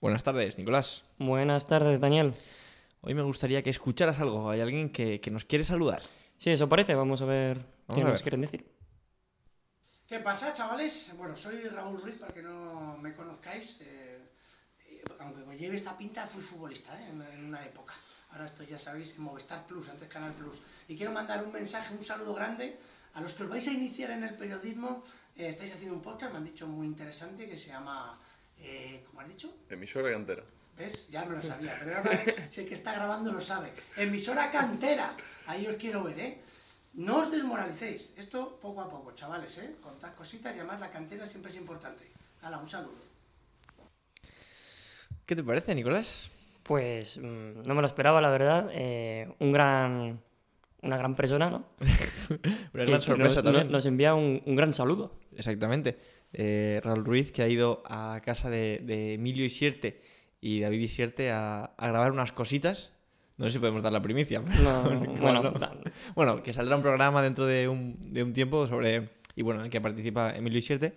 Buenas tardes, Nicolás. Buenas tardes, Daniel. Hoy me gustaría que escucharas algo. Hay alguien que, que nos quiere saludar. Sí, eso parece. Vamos a ver Vamos qué a nos ver. quieren decir. ¿Qué pasa, chavales? Bueno, soy Raúl Ruiz, para que no me conozcáis. eh, eh, aunque me lleve esta pinta, fui futbolista ¿eh? en, en una época. Ahora esto ya sabéis, en Movistar Plus, antes Canal Plus. Y quiero mandar un mensaje, un saludo grande a los que os vais a iniciar en el periodismo. Eh, estáis haciendo un podcast, me han dicho muy interesante, que se llama... eh, ¿Cómo has dicho? Emisora cantera. ¿Ves? Ya me lo sabía, pero ahora si el que está grabando lo sabe. Emisora cantera, ahí os quiero ver, ¿eh? No os desmoralicéis, esto poco a poco, chavales, ¿eh? Contad cositas y además la cantera siempre es importante. Hala, un saludo. ¿Qué te parece, Nicolás? Pues mm, no me lo esperaba, la verdad. Eh, un gran, una gran persona, ¿no? Una Que- gran que sorpresa nos, también. no- Nos envía un, un gran saludo. Exactamente. Eh, Raúl Ruiz, que ha ido a casa de, de Emilio Isierte y David Isierte a, a grabar unas cositas. No sé si podemos dar la primicia. pero No, igual bueno, no. da- Bueno, que saldrá un programa dentro de un, de un tiempo sobre. Y bueno, en el que participa Emilio Isierte.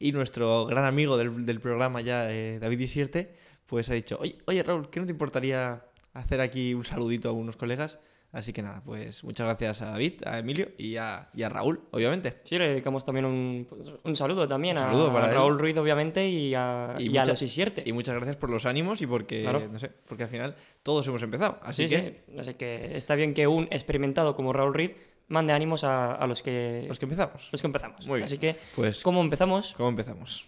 Y nuestro gran amigo del, del programa ya, eh, David Isierte, pues ha dicho: oye, oye, Raúl, ¿qué no te importaría hacer aquí un saludito a unos colegas? Así que nada, pues muchas gracias a David, a Emilio y a, y a Raúl, obviamente. sí, le dedicamos también un, pues, un saludo también Un a- saludo para a él. Raúl Ruiz, obviamente, y a, Y Ah, y a mucha- los Isierte. Y muchas gracias por los ánimos y porque, Claro. no sé, porque al final todos hemos empezado. Así Sí, que sí. Así que está bien que un experimentado como Raúl Ruiz mande ánimos a, a los, que, los que empezamos. los que empezamos. Muy bien. Así que, Pues, ¿cómo, ¿cómo empezamos? empezamos?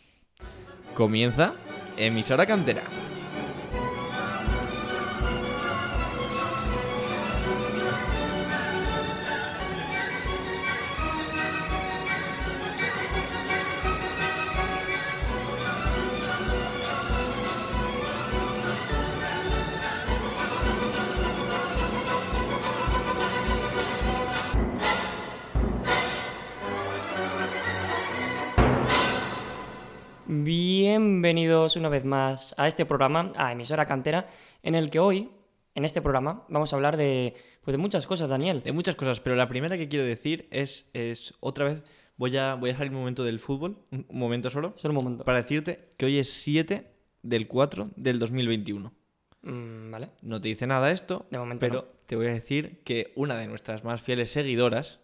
Comienza Emisora Cantera. Bienvenidos una vez más a este programa, a Emisora Cantera, en el que hoy, en este programa, vamos a hablar de, pues de muchas cosas, Daniel. De muchas cosas, pero la primera que quiero decir es, es otra vez, voy a, voy a salir un momento del fútbol, un un momento solo, Solo un momento. para decirte que hoy es 7 del 4 del 2021. Mm, vale. No te dice nada esto, De momento pero te voy a decir que una de nuestras más fieles seguidoras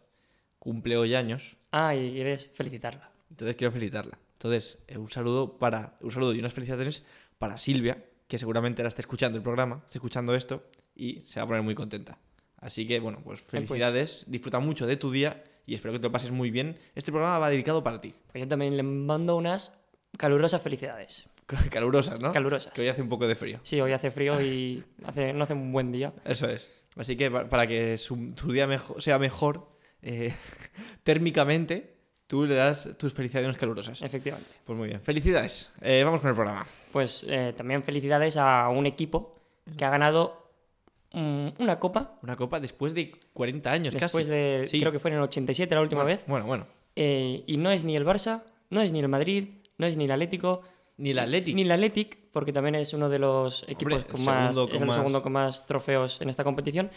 cumple hoy años. Ah, y quieres felicitarla. Entonces quiero felicitarla. Entonces, eh, un saludo para un saludo y unas felicitaciones para Silvia, que seguramente ahora está escuchando el programa, está escuchando esto y se va a poner muy contenta. Así que bueno, pues pues. felicidades, disfruta mucho de tu día y espero que te lo pases muy bien. Este programa va dedicado para ti. Pues yo también le mando unas calurosas felicidades. Calurosas, ¿no? Calurosas. Que hoy hace un poco de frío. Sí, hoy hace frío y hace, no hace un buen día. Eso es. Así que pa- para que su- tu día mejo- sea mejor eh, térmicamente, tú le das tus felicidades calurosas. Efectivamente. Pues muy bien, felicidades. Eh, vamos con el programa. Pues eh, también felicidades a un equipo que ha ganado mm, una copa Una copa después de 40 años después casi. de, Sí. creo que fue en el 87 la última bueno, vez. Bueno, bueno. Eh, y no es ni el Barça, no es ni el Madrid, no es ni el Atlético, Ni el Athletic. ni el Athletic, porque también es uno de los equipos Hombre, el con más, segundo con es el más- segundo con más trofeos en esta competición.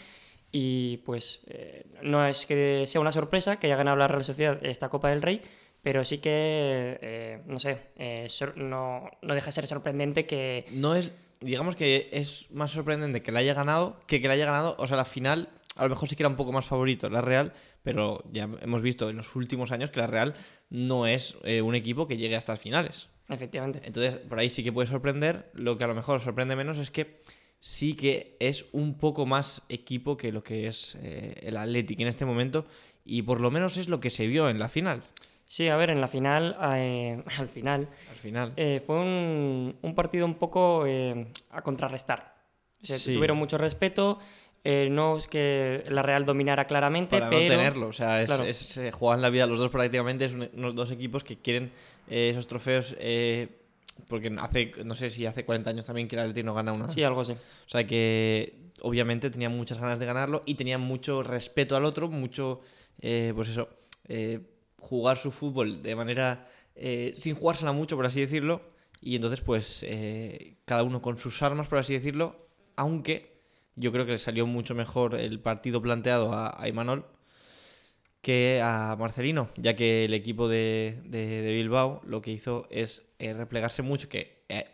Y pues eh, no es que sea una sorpresa que haya ganado la Real Sociedad esta Copa del Rey, pero sí que, eh, no sé, eh, sor- no, no deja de ser sorprendente que... No es. Digamos que es más sorprendente que la haya ganado que que la haya ganado. O sea, la final, a lo mejor sí que era un poco más favorito la Real, pero ya hemos visto en los últimos años que la Real no es eh, un equipo que llegue hasta las finales. Efectivamente. Entonces, por ahí sí que puede sorprender. Lo que a lo mejor sorprende menos es que sí que es un poco más equipo que lo que es eh, el Athletic en este momento. Y por lo menos es lo que se vio en la final. Sí, a ver, en la final, eh, al final, Al final. Eh, fue un, un partido un poco eh, a contrarrestar. O sea, Sí. Tuvieron mucho respeto. eh, no es que la Real dominara claramente, para pero. no tenerlo. O sea, es- Claro. es- se juegan la vida los dos prácticamente. Es un- unos dos equipos que quieren eh, esos trofeos. eh, porque hace, no sé si hace 40 años también que el Atleti no gana una. Sí, algo así. O sea que obviamente tenían muchas ganas de ganarlo y tenían mucho respeto al otro, mucho, eh, pues eso, eh, jugar su fútbol de manera, eh, sin jugársela mucho, por así decirlo. Y entonces, pues, eh, cada uno con sus armas, por así decirlo, aunque yo creo que le salió mucho mejor el partido planteado a, a Imanol que a Marcelino, ya que el equipo de, de- de Bilbao lo que hizo es eh, replegarse mucho, que eh,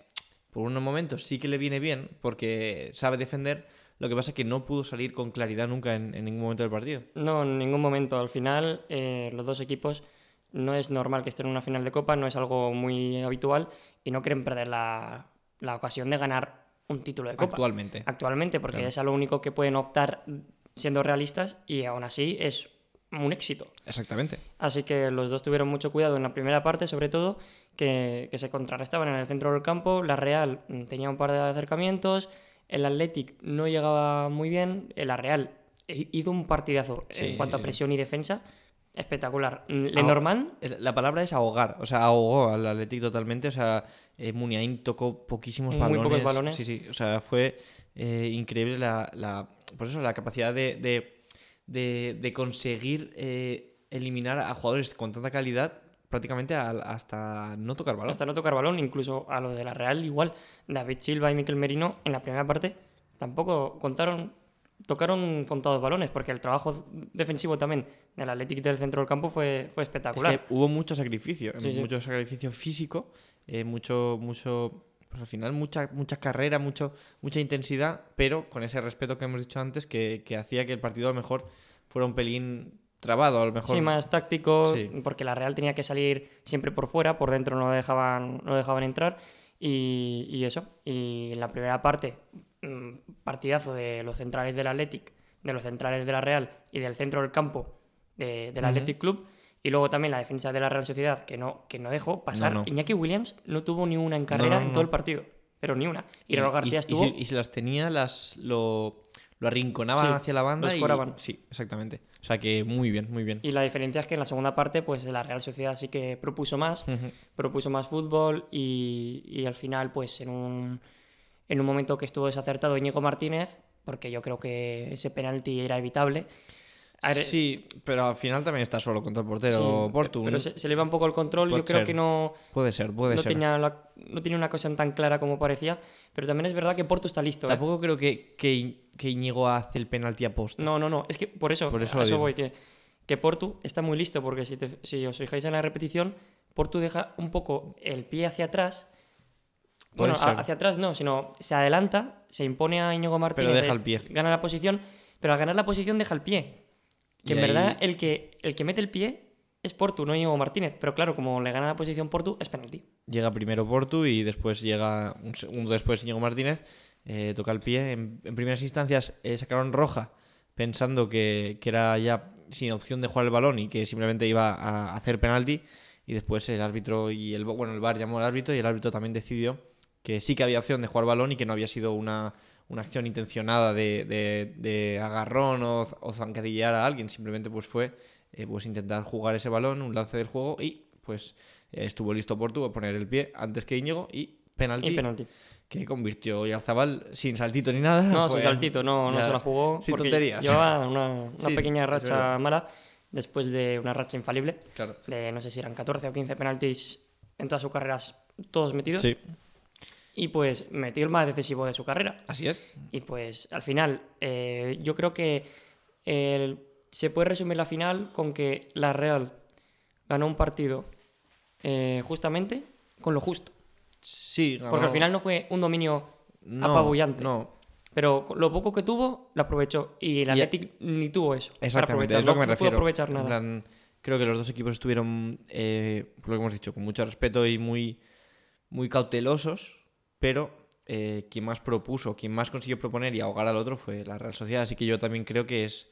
por unos momentos sí que le viene bien porque sabe defender, lo que pasa es que no pudo salir con claridad nunca en, en ningún momento del partido. No, en ningún momento. Al final, eh, los dos equipos no es normal que estén en una final de Copa, no es algo muy habitual y no quieren perder la, la ocasión de ganar un título de Copa. Actualmente. Actualmente, porque Claro. es a lo único que pueden optar siendo realistas y aún así es un éxito. Exactamente. Así que los dos tuvieron mucho cuidado en la primera parte, sobre todo, que, que se contrarrestaban en el centro del campo. La Real mm, tenía un par de acercamientos, el Athletic no llegaba muy bien, eh, la Real hi- hizo un partidazo Sí, en cuanto sí, Ah, sí. a presión y defensa, espectacular. Mm, Ahora- Lenormand, La palabra es ahogar, o sea, ahogó al Athletic totalmente, o sea, eh, Muniain tocó poquísimos Muy balones. pocos balones. Sí, sí, o sea, fue eh, increíble la, la- pues eso, la capacidad de, de, de- de conseguir eh, eliminar a jugadores con tanta calidad prácticamente al- hasta no tocar balón. hasta no tocar balón, incluso a los de la Real igual, David Silva y Miquel Merino en la primera parte tampoco contaron, tocaron contados balones, porque el trabajo defensivo también del Athletic del centro del campo fue, fue Es espectacular. que hubo mucho sacrificio, Sí, sí. mucho sacrificio físico, eh, mucho, mucho, pues al final mucha, mucha carrera, mucho, mucha intensidad, pero con ese respeto que hemos dicho antes que, que hacía que el partido a lo mejor fuera un pelín trabado, a lo mejor. Sí, más táctico, Sí. porque la Real tenía que salir siempre por fuera, por dentro no dejaban, no dejaban entrar. Y, y eso, y en la primera parte, mm, partidazo de los centrales del Athletic, de los centrales de la Real y del centro del campo de- del Ujú. Athletic Club. Y luego también la defensa de la Real Sociedad, que no, que no dejó pasar. no. Iñaki Williams no tuvo ni una en carrera no, en no. todo el partido, pero ni una. Y, Raúl García estuvo... si- eh, Y, si las tenía, las lo, lo arrinconaban Sí, hacia la banda. lo y- escoraban. sí, exactamente. O sea que muy bien, muy bien. Y la diferencia es que en la segunda parte, pues la Real Sociedad sí que propuso más, Ujú. propuso más fútbol y, y al final, pues en un, en un momento que estuvo desacertado Íñigo Martínez, porque yo creo que ese penalti era evitable. A ver, Sí, pero al final también está solo contra el sí, portero Portu. Pero se, se le va un poco el control, Puede yo creo ser. que no, Puede ser, puede no, ser. tenía la- no tenía una cosa tan clara como parecía, pero también es verdad que Porto está listo. ¿eh? Tampoco creo que, que, I- que Íñigo hace el penalti a posta. No, no, no. Es que por eso, Por eso a lo eso digo. voy, que, que Portu está muy listo, porque si, te- si os fijáis en la repetición, Portu deja un poco el pie hacia atrás. Puede Bueno, a- ser. hacia atrás no, sino se adelanta, se impone a Íñigo Martínez. Pero deja eh, el pie. Gana la posición, pero al ganar la posición deja el pie. Que Y en ahí- verdad el que, el que mete el pie es Portu, no Íñigo Martínez. Pero claro, como le gana la posición Portu, es penalti. Llega primero Portu y después llega un segundo después Íñigo Martínez, eh, toca el pie. En, en primeras instancias eh, sacaron roja pensando que, que era ya sin opción de jugar el balón y que simplemente iba a hacer penalti y después el árbitro y el bueno el VAR llamó al árbitro y el árbitro también decidió que sí que había opción de jugar balón y que no había sido una, una acción intencionada de, de- de agarrón o, o zancadillar a alguien, simplemente pues fue eh, pues intentar jugar ese balón, un lance del juego y pues eh, estuvo listo Portu a poner el pie antes que Íñigo y penalti, Y penalti. que convirtió Yarzabal sin saltito ni nada. No, Fue- sin saltito, no, no ya. se la jugó. Sin porque tonterías. Llevaba una, una Sí, pequeña es racha verdad. mala después de una racha infalible. Claro. de no sé si eran 14 o 15 penaltis en todas sus carreras, todos metidos. Sí, Y pues metió el más decisivo de su carrera. así es. Y pues al final, eh, yo creo que el- se puede resumir la final con que la Real ganó un partido eh, justamente con lo justo. Sí, ganó- Porque al final no fue un dominio no, apabullante. No, Pero con lo poco que tuvo, lo aprovechó. Y el Y- Athletic ni tuvo eso. para Exactamente, aprovechar, es lo no- que me no pudo refiero. aprovechar En nada. plan, creo que los dos equipos estuvieron, eh, por lo que hemos dicho, con mucho respeto y muy, muy cautelosos, pero eh, quien más propuso, quien más consiguió proponer y ahogar al otro fue la Real Sociedad. Así que yo también creo que es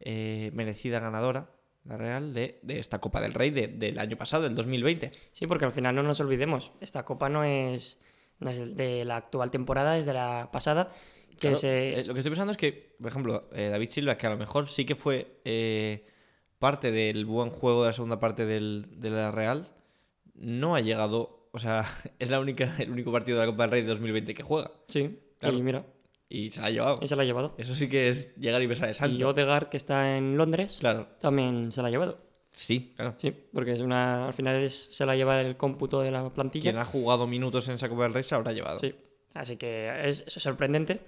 eh, merecida ganadora, la Real, de, de esta Copa del Rey de- del año pasado, del 2020. Sí, porque al final no nos olvidemos, esta copa no es, no es de la actual temporada, es de la pasada, que Claro, se... eh, lo que estoy pensando es que, por ejemplo, eh, David Silva, que a lo mejor sí que fue eh, parte del buen juego de la segunda parte del, de la Real, no ha llegado. O sea, es la única, el único partido de la Copa del Rey de 2020 que juega. Sí, claro. y mira, Y se la ha llevado. y se la ha llevado. Eso sí que es llegar y besar el santo. Y Odegaard, que está en Londres, Claro, también se la ha llevado. sí, claro. Sí, porque es una, al final es- se la lleva el cómputo de la plantilla. Quien ha jugado minutos en esa Copa del Rey se habrá llevado. Sí, así que es, es sorprendente.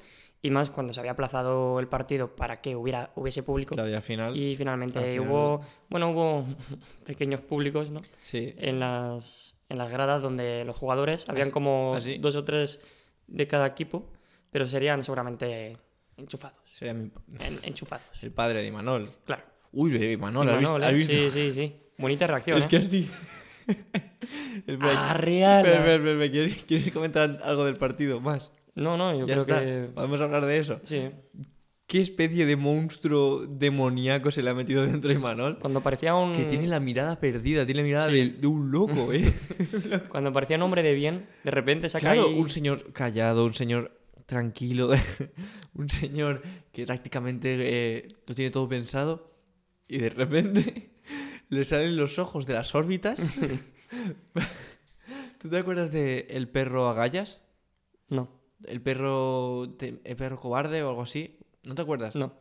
Y más cuando se había aplazado el partido para que hubiera, hubiese público. Claro, y al final. Y finalmente al final- hubo, bueno, hubo pequeños públicos, ¿no? Sí. Ah, en las, en las gradas donde los jugadores habían como así. dos o tres de cada equipo, pero serían seguramente enchufados. Sería mi- En- enchufados, el padre de Imanol. claro. Uy, lo de Imanol, ¿has Imanol, visto? ¿eh? ¿Has visto? Sí, sí, sí. Bonita reacción. Es ¿eh? que has dicho... ¡Ah, Real! Espera, espera, espera, ¿Quieres, quieres comentar algo del partido más? No, no, yo ya creo está. que. Podemos hablar de eso. Sí. ¿eh? ¿Qué especie de monstruo demoníaco se le ha metido dentro de Manol? Cuando parecía un. Que tiene la mirada perdida, tiene la mirada de, de un loco, ¿eh? Cuando parecía un hombre de bien, de repente saca claro, ahí- un señor callado, un señor tranquilo, un señor que tácticamente eh, lo tiene todo pensado y de repente le salen los ojos de las órbitas. ¿Tú te acuerdas de El perro agallas? No, El perro, te- el perro cobarde o algo así. ¿No te acuerdas? no.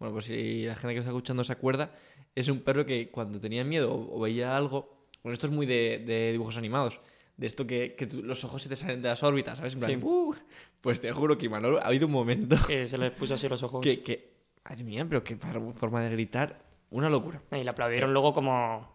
Bueno, pues si la gente que está escuchando se acuerda, es un perro que cuando tenía miedo o, o veía algo. Bueno, esto es muy de, de dibujos animados. De esto que, que tú- los ojos se te salen de las órbitas, ¿sabes? En plan, Sí. "Uh". Pues te juro que Imanol ha habido un momento Que se les puso así los ojos. que, que. Madre mía, pero qué par- forma de gritar. Una locura. Y le aplaudieron luego como.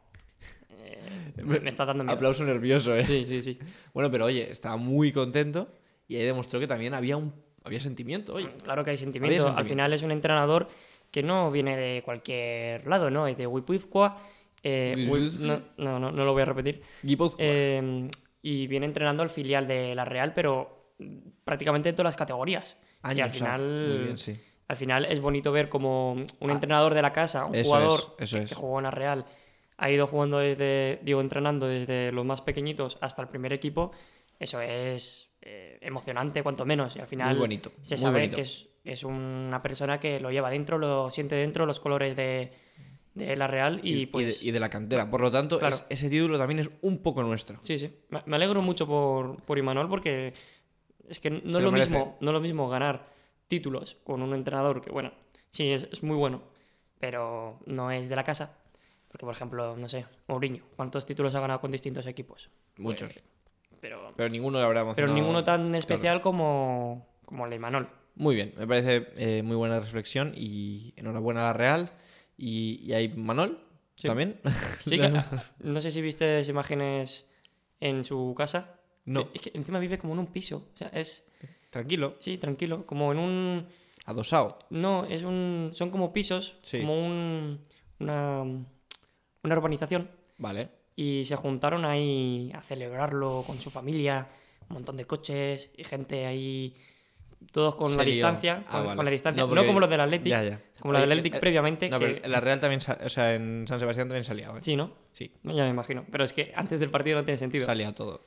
eh, me está dando miedo. Aplauso nervioso, ¿eh? Sí, sí, sí. Bueno, pero oye, estaba muy contento y ahí demostró que también había un había sentimiento, oye. Claro que hay sentimiento. sentimiento. Al final es un entrenador que no viene de cualquier lado, ¿no? Es de Guipúzcoa. eh, Hui- no, no, no, no lo voy a repetir. Guipúzcoa. Eh, y viene entrenando al filial de La Real, pero prácticamente en todas las categorías. y al Años, ah, final, muy bien, sí. Ah, al final es bonito ver como un entrenador de la casa, un eso jugador es, eso que, es. que jugó en La Real, ha ido jugando desde, digo, entrenando desde los más pequeñitos hasta el primer equipo. Eso es eh, emocionante, cuanto menos. Y al final Muy bonito, se muy sabe bonito. que es, que es una persona que lo lleva dentro, lo siente dentro, los colores de, de La Real y, y, pues... de, y de la cantera. Por lo tanto, Claro. es- ese título también es un poco nuestro. Sí, sí. Me me alegro mucho por, por Imanol porque es que no Se es, lo lo merece. mismo, no es lo mismo ganar títulos con un entrenador que, bueno, sí, es, es muy bueno, pero no es de la casa. Porque, por ejemplo, no sé, Mourinho, ¿cuántos títulos ha ganado con distintos equipos? Muchos. Pero, pero ninguno lo habrá Pues, pero emocionado. ninguno tan especial como, como el de Imanol. Muy bien, me parece eh, muy buena reflexión y enhorabuena a la Real. Y, y hay Manol Sí. también. Sí que- no sé si viste imágenes en su casa. No. Es que encima vive como en un piso. O sea, es, Tranquilo, sí, Eh, tranquilo, como en un... adosado. No, es un, son como pisos, Sí. como un, una, una urbanización. Vale. Y se juntaron ahí a celebrarlo con su familia, un montón de coches y gente ahí, todos con la Se lió. distancia, Ah, con, vale. con la distancia, no, porque- como los del Athletic, Ya, ya. como los del Oye, Athletic eh, previamente, No, que- pero en la Real también, sa- o sea, en San Sebastián también salía. ¿eh? sí, ¿no? Sí, No, Ya me imagino, pero es que antes del partido no tiene sentido. salía todo.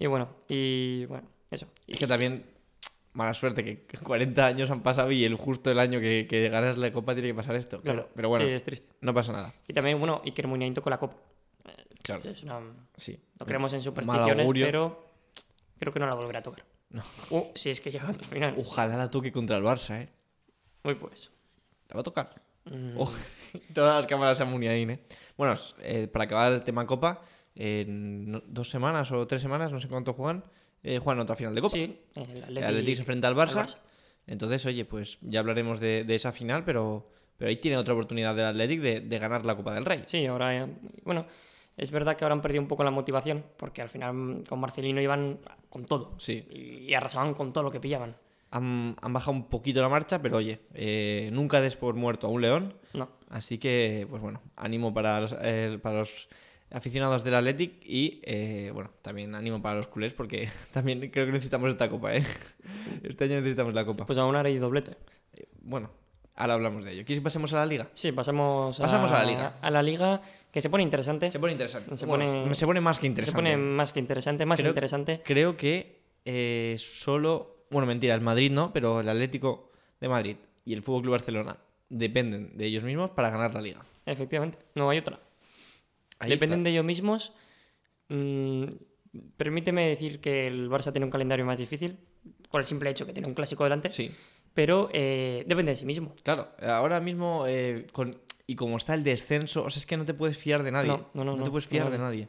Y bueno, y bueno, eso. Y- Es que también, mala suerte, que 40 años han pasado y el justo el año que, que ganas la Copa tiene que pasar esto. claro, Pero, pero bueno, Sí, es triste. no pasa nada. Y también, bueno, Iker Muniain con la copa. Claro, Es una, sí. No creemos en Mal supersticiones, augurio. pero creo que no la volverá a tocar. Uh, si es que llega al final. Ojalá la toque contra el Barça, ¿eh? Uy, pues. La va a tocar. Mm, Oh, todas las cámaras a Muniain, ¿eh? Bueno, s- eh, para acabar el tema Copa, en no- dos semanas o tres semanas, no sé cuánto juegan, eh, juegan otra final de Copa. Sí, el el Atleti, Atlético se enfrenta al Barça. al Barça. Entonces, oye, pues ya hablaremos de, de esa final, pero, pero ahí tiene otra oportunidad del Atlético de, de ganar la Copa del Rey. Sí, ahora. eh, Bueno, es verdad que ahora han perdido un poco la motivación, porque al final mm, con Marcelino iban con todo. Sí. Y arrasaban con todo lo que pillaban. Han, han bajado un poquito la marcha, pero oye, eh, nunca des por muerto a un león. No. Así que, pues bueno, ánimo para los, eh, para los aficionados del Athletic y, eh, bueno, también ánimo para los culés porque también creo que necesitamos esta copa, ¿eh? Este año necesitamos la copa. Pues aún ahora hay doblete. Eh, Bueno, ahora hablamos de ello. ¿Quieres que pasemos a la liga? Sí, pasamos a, Pasamos a la liga. A la liga, que se pone interesante. Se pone interesante. Se Bueno, pone- se pone más que Se interesante. pone más que interesante, más Creo- interesante. Creo que eh, solo... Bueno, mentira, el Madrid no, pero el Atlético de Madrid y el Fútbol Club Barcelona dependen de ellos mismos para ganar la liga. Efectivamente. No hay otra. Ahí está. Dependen de ellos mismos. Mm, permíteme decir que el Barça tiene un calendario más difícil, por el simple hecho que tiene un clásico delante, Sí. pero eh, depende de sí mismo. Claro, ahora mismo, eh, con, y como está el descenso, o sea, es que no te puedes fiar de nadie. No, no, no, te no, puedes fiar no, de no. nadie.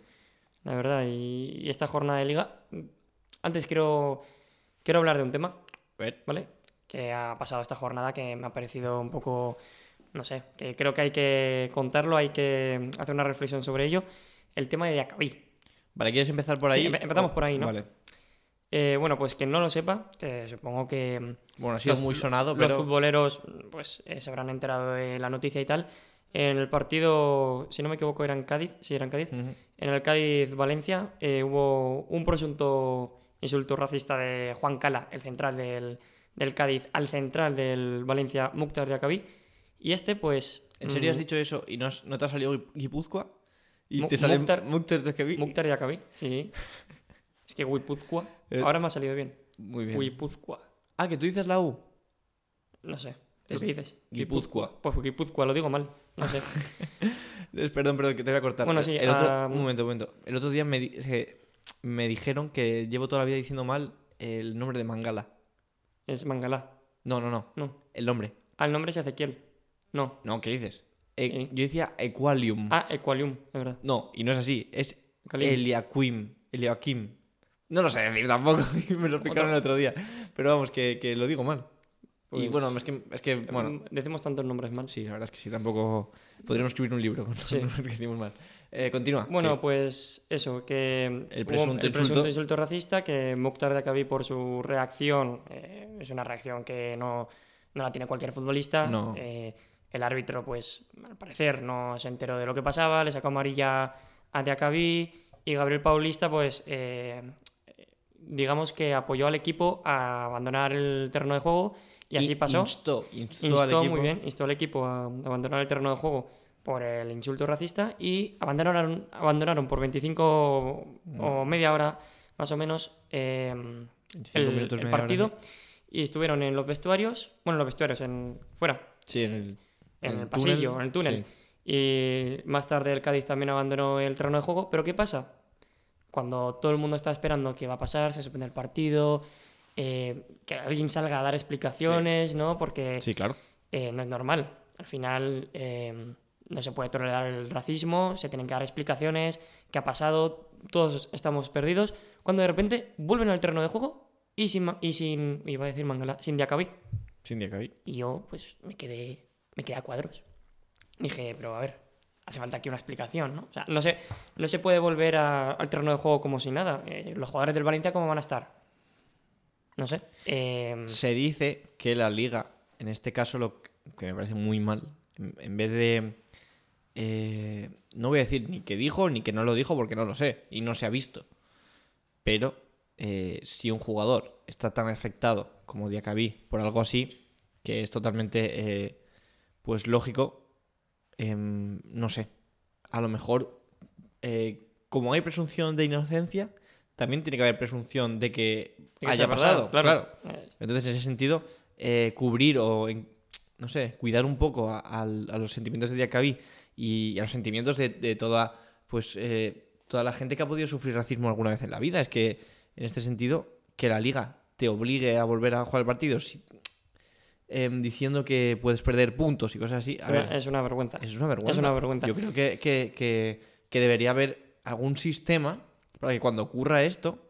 La verdad, y, y esta jornada de liga... Antes quiero, quiero hablar de un tema, A ver, ¿vale? Que ha pasado esta jornada que me ha parecido un poco, no sé, que creo que hay que contarlo, hay que hacer una reflexión sobre ello. El tema de Diacabí. vale, ¿quieres empezar por Sí, ahí? empe- empezamos por ahí, ¿no? Vale. Eh, bueno, pues quien no lo sepa, que supongo que Bueno, ha sido Los- muy sonado, los pero futboleros pues, eh, se habrán enterado de la noticia y tal. En el partido, si no me equivoco, era en Cádiz, sí, era en Cádiz. Ujú. En el Cádiz-Valencia eh, hubo un presunto insulto racista de Juan Cala, el central del, del Cádiz, al central del Valencia, Mukhtar Diakabí. Y este, pues... ¿en serio has mm, dicho eso y no, has- no te ha salido Guip- Guipúzcoa? Y Mu- te sale Mukhtar- Mukhtar Tokevi. Mukhtar Diakabí, sí. Es que Guipúzcoa. Eh, Ahora me ha salido bien. Muy bien. Guipúzcoa. Ah, que tú dices la U. No sé. ¿Tú Es qué dices? Guipúzcoa. Pues Guipúzcoa, lo digo mal. No sé. Es- Perdón, perdón, que te voy a cortar. Bueno, sí, El otro- ah, Un momento, un momento. El otro día me, di- se- me dijeron que llevo toda la vida diciendo mal el nombre de Mangala. Es Mangalá. No, no, no. No. El nombre. Al nombre es Ezequiel. No. No, ¿qué dices? E- Sí. Yo decía Equalium. Eh. Ah, Equalium, es verdad. No, y no es así. Es Equalium. Eliaquim. Eliaquim. No lo sé decir tampoco. me lo explicaron el otro día. Pero vamos, que, que lo digo mal. Y Pues- bueno, es que, es que bueno, Mm, Decimos tantos nombres mal. Sí, la verdad es que sí, tampoco podríamos escribir un libro con los Sí. nombres que decimos mal. Eh, continúa. Bueno, sí. pues eso, que hubo presunto el presunto insulto. insulto racista, que Mukhtar Diakabi por su reacción, eh, es una reacción que no, no la tiene cualquier futbolista. No. Eh, el árbitro, pues, al parecer, no se enteró de lo que pasaba, le sacó amarilla a Diakabi y Gabriel Paulista, pues, eh, digamos que apoyó al equipo a abandonar el terreno de juego y así In- pasó. Instó, instó, Pues al instó equipo. muy bien, instó al equipo a abandonar el terreno de juego por el insulto racista y abandonaron, abandonaron por 25 Mm. o media hora más o menos eh, 25 el, minutos, el media hora, partido y estuvieron en los vestuarios, bueno, en los vestuarios, en fuera, Sí, en el, en el, túnel, pasillo, en el sí. túnel. Y más tarde el Cádiz también abandonó el terreno de juego, pero ¿qué pasa? Cuando todo el mundo está esperando que va a pasar, se suspende el partido, eh, que alguien salga a dar explicaciones, ¿no? Porque Sí, claro. eh, no es normal. Al final eh, no se puede tolerar el racismo, se tienen que dar explicaciones, qué ha pasado, todos estamos perdidos, cuando de repente vuelven al terreno de juego y sin, ma- y sin iba a decir Mangala, sin Diacabí. Sin Diacabí. Y yo pues me quedé, me quedé a cuadros. Dije, pero a ver, hace falta aquí una explicación, ¿no? O sea, no se, no se puede volver a- al terreno de juego como si nada. Eh, los jugadores del Valencia, ¿cómo van a estar? No sé. Eh, Em, Se dice que la liga, en este caso, lo que- que me parece muy mal, en, en vez de. eh, no voy a decir ni que dijo ni que no lo dijo porque no lo sé y no se ha visto. Pero eh, si un jugador está tan afectado como Diacabí por algo así, que es totalmente eh, pues lógico, em, no sé. A lo mejor, eh, como hay presunción de inocencia, también tiene que haber presunción de que, que haya sea verdad, Ah, pasado. claro. claro. Eh. Entonces, en ese sentido, eh, cubrir o, en- no sé, cuidar un poco a, al- a los sentimientos de Diacabí y a los sentimientos de, de toda, pues, eh, toda la gente que ha podido sufrir racismo alguna vez en la vida. Es que, en este sentido, que la liga te obligue a volver a jugar el partido si- em, diciendo que puedes perder puntos y cosas así. A es una- ver, es una vergüenza. es una vergüenza. Es una vergüenza. Yo creo que, que- que- que debería haber algún sistema para que cuando ocurra esto,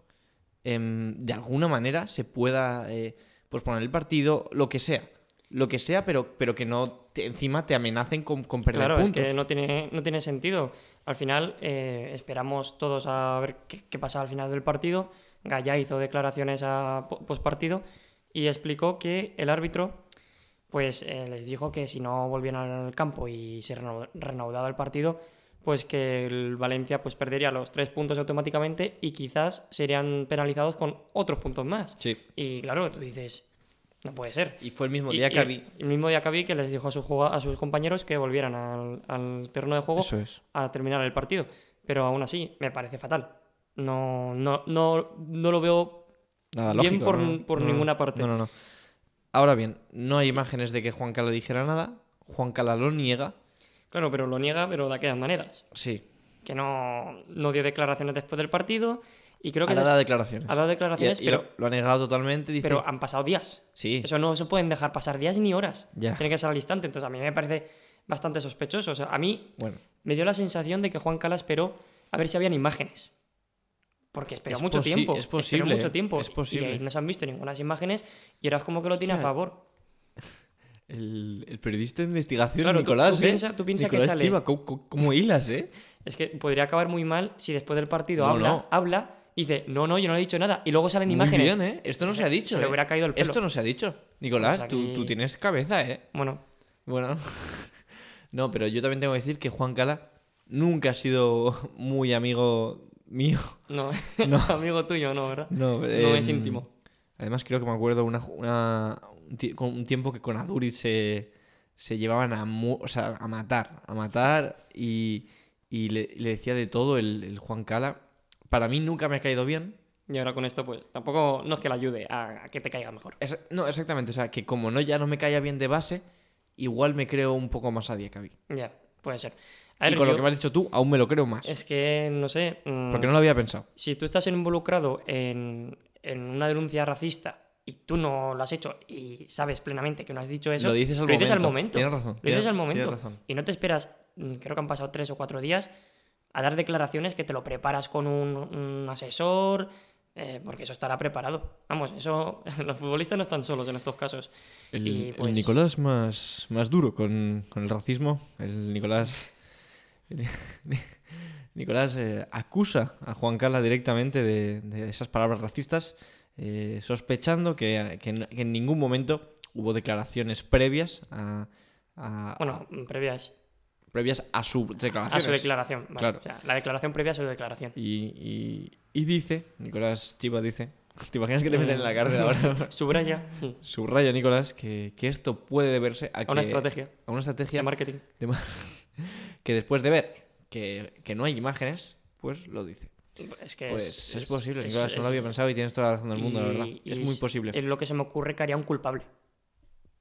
em, de alguna manera se pueda eh, posponer el partido, lo que sea. Lo que sea, pero, pero que no te- encima te amenacen con, con perder Claro, puntos. es que no tiene, no tiene sentido. Al final, eh, esperamos todos a ver qué, qué pasa al final del partido. Gallá hizo declaraciones a po- postpartido y explicó que el árbitro pues eh, les dijo que si no volvieran al campo y se reno- reanudaba el partido, pues que el Valencia pues perdería los tres puntos automáticamente y quizás serían penalizados con otros puntos más. Sí. Y claro, tú dices, no puede ser. Y fue el mismo Y- día y que vi. El mismo día que vi que les dijo a sus, jugo- a sus compañeros que volvieran al, al terreno de juego Eso es. a terminar el partido. Pero aún así, me parece fatal. No, no, no, no lo veo. Nada, Bien lógico, por- no, por no, ninguna no, parte. No, no, no. Ahora bien, no hay imágenes de que Juan Cala dijera nada. Juan Cala lo niega. Claro, pero lo niega, pero de aquellas maneras. Sí. Que no, no dio declaraciones después del partido. Y creo que Ha esas- dado declaraciones. ha dado Y- declaraciones, y pero, lo, lo ha negado totalmente. Dice, pero han pasado días. sí, Eso no se pueden dejar pasar días ni horas. Ya. Tiene que ser al instante. Entonces, a mí me parece bastante sospechoso. O sea, a mí bueno. me dio la sensación de que Juan Cala esperó a ver si habían imágenes. Porque esperó Es mucho posi- tiempo. es esperó posible, mucho tiempo. es y- posible. Y, no se han visto ninguna imágenes y ahora es como que lo tiene a Hostia, favor. El, el periodista de investigación, Claro, tú- Nicolás, tú ¿eh? piensa- tú piensa que Nicolás sale- Chiva, ¿cómo, cómo- cómo hilas, eh? Es que podría acabar muy mal si después del partido No, habla, no. habla y dice, no, no, yo no le he dicho nada. Y luego salen Muy imágenes. bien, ¿eh? Esto no se, ha dicho. Se le ¿eh? hubiera caído el pelo. Esto no se ha dicho. Nicolás, Pues tú, aquí- tú tienes cabeza, ¿eh? Bueno, Bueno. No, pero yo también tengo que decir que Juan Cala nunca ha sido muy amigo mío. no, No. amigo tuyo, no, ¿verdad? No, No es em, íntimo. Además, creo que me acuerdo una, una- un, ti- con- un tiempo que con Aduriz se, se llevaban a, mu- o sea, a matar, a matar y, y le, le decía de todo el, el Juan Cala. Para mí nunca me ha caído bien. Y ahora con esto, pues tampoco no es que le ayude a, a que te caiga mejor. Es- no, exactamente. O sea, que como no ya no me caía bien de base, igual me creo un poco más a Diakavi. Ya, puede ser. A Y ver, con lo yo- que me has dicho tú, aún me lo creo más. es que, no sé. mm, Porque no lo había pensado. Si tú estás involucrado en, en una denuncia racista y tú no lo has hecho y sabes plenamente que no has dicho eso, Lo dices al momento. Tienes razón, Lo dices tienes- al momento. tienes razón. Y no te esperas, mm, creo que han pasado tres o cuatro días, a dar declaraciones que te lo preparas con un, un asesor, eh, porque eso estará preparado. Vamos, eso los futbolistas no están solos en estos casos. El, Y, el pues, Nicolás más, más duro con, con el racismo. El Nicolás. el- Nicolás eh, acusa a Juan Cala directamente de, de esas palabras racistas, eh, sospechando que, que en, que en ningún momento hubo declaraciones previas a, a- Bueno, mm, previas a- previas a su declaración. a su declaración. vale. Claro. O sea, la declaración previa a su declaración. Y, y- y dice, Nicolás Chiva dice, ¿te imaginas que te meten en la cárcel ahora? Subraya Subraya, Nicolás, que, que esto puede deberse a, a una que- estrategia a una estrategia de marketing. de ma- que después de ver que, que no hay imágenes, pues lo dice. Es que Pues es, es, posible, es- Nicolás, no lo es- había pensado y tienes toda la razón del mundo, la y- verdad. y Es muy posible. Es lo que se me ocurre que haría un culpable.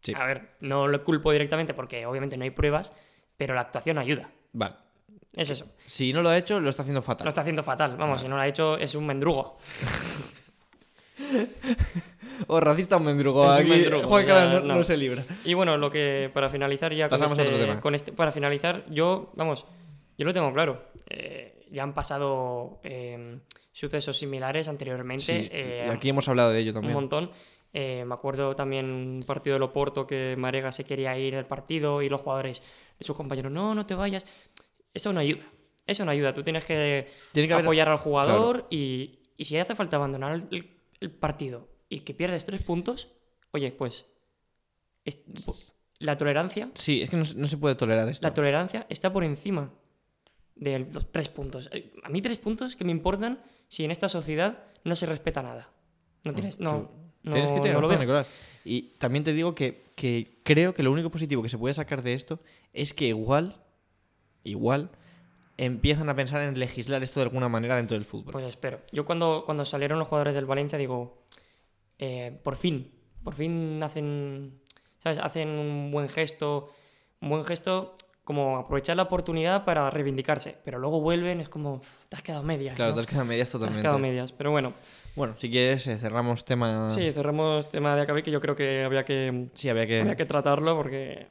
Sí. A ver, no lo culpo directamente porque obviamente no hay pruebas, pero la actuación ayuda. Vale. Es eso. Si no lo ha hecho, lo está haciendo fatal. Lo está haciendo fatal. Vamos, si no lo ha hecho, es un mendrugo. O Oh, racista o mendrugo. Es un Aquí mendrugo, Juan o Cala sea, no, no. no se libra. Y bueno, lo que para finalizar ya con Pasamos a este, otro tema. con este- Para finalizar, yo, vamos, yo lo tengo claro. Eh, ya han pasado eh, sucesos similares anteriormente. Sí, eh, y aquí hemos hablado de ello un también. montón. Eh, me acuerdo también un partido de Loporto que Marega se quería ir del partido y los jugadores de sus compañeros, no, no te vayas. Eso no ayuda. Eso no ayuda. Tú tienes que, Tiene que haber- apoyar al jugador y, y si hace falta abandonar el, el partido y que pierdes tres puntos, oye, pues es- Pues la tolerancia, Sí, es que no, se- no se puede tolerar esto. la tolerancia está por encima de los tres puntos. Eh, A mí tres puntos que me importan si en esta sociedad no se respeta nada. No tienes, no, no, Ah, Tienes que tener no lo razón, veo. Nicolás. Y también te digo que, que creo que lo único positivo que se puede sacar de esto es que igual, igual, empiezan a pensar en legislar esto de alguna manera dentro del fútbol. Pues espero. Yo cuando, cuando salieron los jugadores del Valencia digo, eh, por fin, por fin hacen, ¿sabes? Hacen un buen gesto, un buen gesto como aprovechar la oportunidad para reivindicarse, pero luego vuelven, es como, te has quedado a medias. claro, ¿no? te has quedado a medias Te has totalmente. quedado a medias, pero bueno. Bueno, si quieres, eh, cerramos tema. Sí, cerramos tema de Acabé que yo creo que había que, Sí, había que. había que tratarlo porque Eh,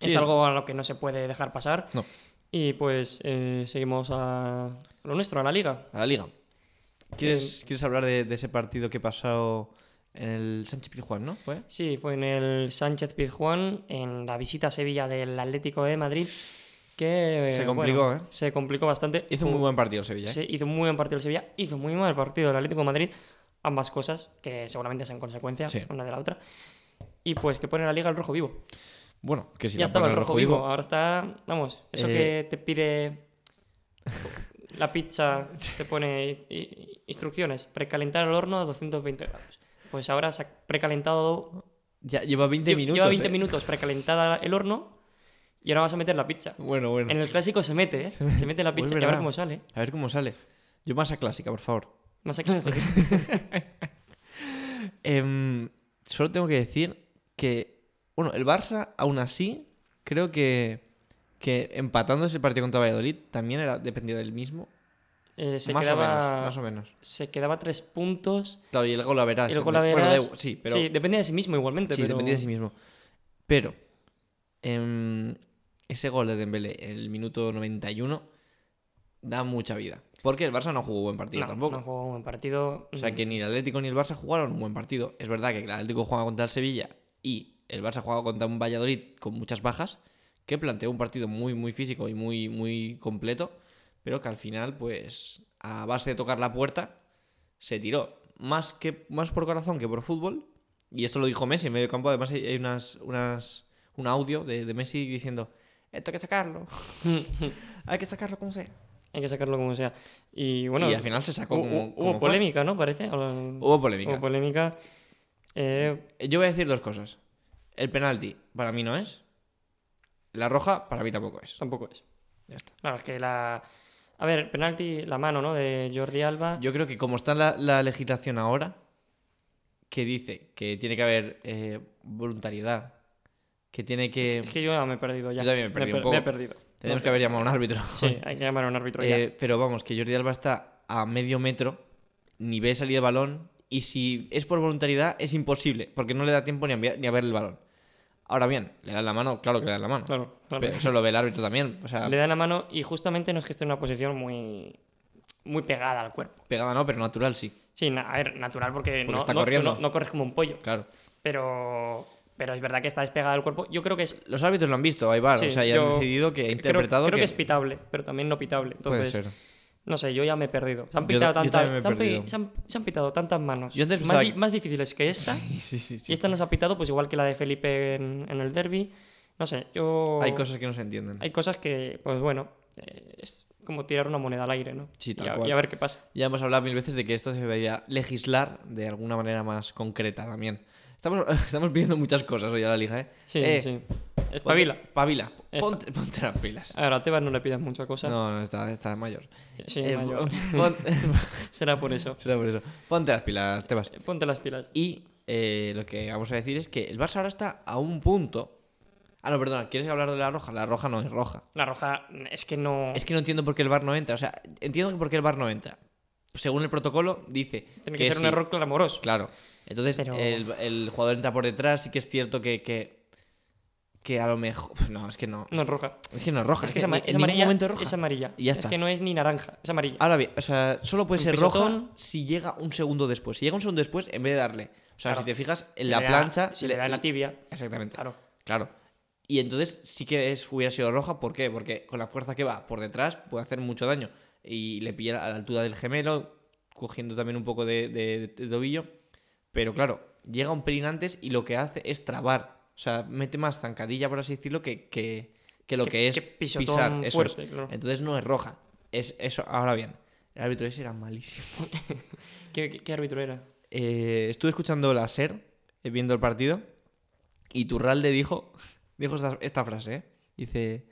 Sí, es es- algo a lo que no se puede dejar pasar. No. Y pues eh, seguimos a a lo nuestro, a la liga. A la liga. Eh, ¿Quieres, ¿quieres hablar de, de ese partido que pasó en el Sánchez Pizjuán, no? ¿Fue? Sí, fue en el Sánchez Pizjuán, en la visita a Sevilla del Atlético de Madrid, que eh, Se complicó, ¿eh? se complicó bastante. Hizo un muy buen partido el Sevilla. ¿eh? Sí, hizo un muy buen partido el Sevilla, hizo muy mal partido el Atlético de Madrid, ambas cosas que seguramente sean consecuencia Sí. una de la otra. Y pues que pone la liga al rojo vivo. Bueno, que si ya la estaba pone el rojo vivo. ahora está, vamos, eso Eh, que te pide la pizza, te pone i- i- instrucciones, precalentar el horno a 220 grados. Pues ahora se ha precalentado Ya lleva 20 Lle- minutos. Lleva 20 eh. minutos precalentada el horno y ahora vas a meter la pizza. Bueno, bueno. En el clásico se mete, ¿eh? Se Se me- mete, la Pues es pizza y a ver verdad. cómo sale. A ver cómo sale. Yo más a clásica, por favor. Más a clásico. Em, solo tengo que decir que, bueno, el Barça, aún así, creo que, que empatando ese partido contra Valladolid también era, dependía del mismo. Eh, se, más, o quedaba, menos, más o menos. se quedaba tres puntos. Claro, y el gol a verás. el gol a Bueno, da verás- igual, sí, pero Sí, depende de sí mismo igualmente. sí, pero... dependía de sí mismo. Pero em, ese gol de Dembélé en el minuto 91 da mucha vida. Porque el Barça no jugó buen partido No, tampoco. no jugó un buen partido. O sea que ni el Atlético ni el Barça jugaron un buen partido. Es verdad que el Atlético juega contra el Sevilla y el Barça juega contra un Valladolid con muchas bajas, que planteó un partido muy, muy físico y muy, muy completo, pero que al final, pues, a base de tocar la puerta, se tiró más, que, más por corazón que por fútbol. Y esto lo dijo Messi en medio campo. Además, hay hay unas, unas, un audio de, de Messi diciendo: Esto hay que sacarlo. hay que sacarlo como sea. Hay que sacarlo como sea. Y bueno, y al final se sacó hu- como. hu- como hubo fue. polémica, ¿no? Parece. Hubo Hubo polémica. Hubo polémica. Eh, Yo voy a decir dos cosas. El penalti para mí no es. La roja para mí tampoco es. tampoco es. Ya está. Claro, es que la. A ver, el penalti, la mano, ¿no? De Jordi Alba. Yo creo que como está la, la legislación ahora, que dice que tiene que haber eh, voluntariedad, que tiene que... Es que yo ya me he perdido ya. eh, Yo también me he perdido un per- poco. he perdido. Tenemos que haber llamado a un árbitro. Sí, hay que llamar a un árbitro Eh, pero vamos, que Jordi Alba está a medio metro, ni ve salir el balón, y si es por voluntariedad es imposible, porque no le da tiempo ni a, enviar- ni a ver el balón. Ahora bien, le dan la mano, claro que le dan la mano. ya. Claro, claro. Pero eso lo ve el árbitro también, o sea, Le dan la mano y justamente no es que esté en una posición muy. muy pegada al cuerpo. pegada no, pero natural sí, Sí, na- a ver, natural porque, Porque no, está no- tú corriendo. no- no corres como un pollo. claro. Pero. Pero es verdad que está despegada del cuerpo. Yo creo que es. Los árbitros lo han visto, hay VAR, sí, o sea, y han yo decidido que, ha creo- interpretado creo, que... que... es pitable, pero también no pitable. Puede Entonces, ser. no sé, yo ya me he perdido. Se han Yo pitado ta- yo tantas, también me he se han pi- perdido. se han- se han pitado tantas manos. Yo antes más, pensaba di- que- más difíciles que esta. Sí, sí, sí. Y esta nos ha pitado, pues igual que la de Felipe en, en el derby. No sé, yo. Hay cosas que no se entienden. Hay cosas que, pues bueno, eh, es como tirar una moneda al aire, ¿no? Sí, tal y, a, cual. y a ver qué pasa. Ya hemos hablado mil veces de que esto se debería legislar de alguna manera más concreta también. Estamos, estamos pidiendo muchas cosas hoy a la liga, ¿eh? Sí, Eh, sí. ponte- Espabila. Pavila. Espa- Ponte, ponte las pilas. Ahora, a Tebas no le pidas mucha cosa. No, no, está, está mayor. Sí, Eh, mayor. pon- Será por eso. será por eso. Ponte las pilas, Tebas. Eh, Ponte las pilas. Y eh, lo que vamos a decir es que el Barça ahora está a un punto. Ah, no, perdona, ¿quieres hablar de la roja? La roja no es roja. La roja es que no. Es que no entiendo por qué el bar no entra. O sea, entiendo que por qué el bar no entra. Según el protocolo, dice. Tiene que, ser un si- error clamoroso. Claro. Entonces, Pero- el, el jugador entra por detrás. Sí que es cierto que. que, que a lo mejor. No, es que no. No es roja. Es que no es roja. Es que es, en ama- es ningún amarilla. momento es roja. Es amarilla. Y ya está. Ah, Es que no es ni naranja, es amarilla. Ahora bien, o sea, solo puede Un ser roja pisotón. si llega un segundo después. Si llega un segundo después, en vez de darle. O sea, Claro. si te fijas, en Se la le da- plancha. Se le da en la tibia. Exactamente. Claro. Claro. Y entonces sí que es, hubiera sido roja. ¿Por qué? Porque con la fuerza que va por detrás puede hacer mucho daño. Y le pilla a la altura del gemelo, cogiendo también un poco de, de- de tobillo. Pero claro, llega un pelín antes y lo que hace es trabar. O sea, mete más zancadilla, por así decirlo, que, que, que lo Qué- que es qué pisotón pisar. Eso es. fuerte, claro. Entonces no es roja. Es eso. Ahora bien, el árbitro ese era malísimo. ¿Qué, qué- qué árbitro era? Eh, estuve escuchando la SER, eh, viendo el partido, y Turralde dijo, dijo esta, esta frase, ¿eh? Dice,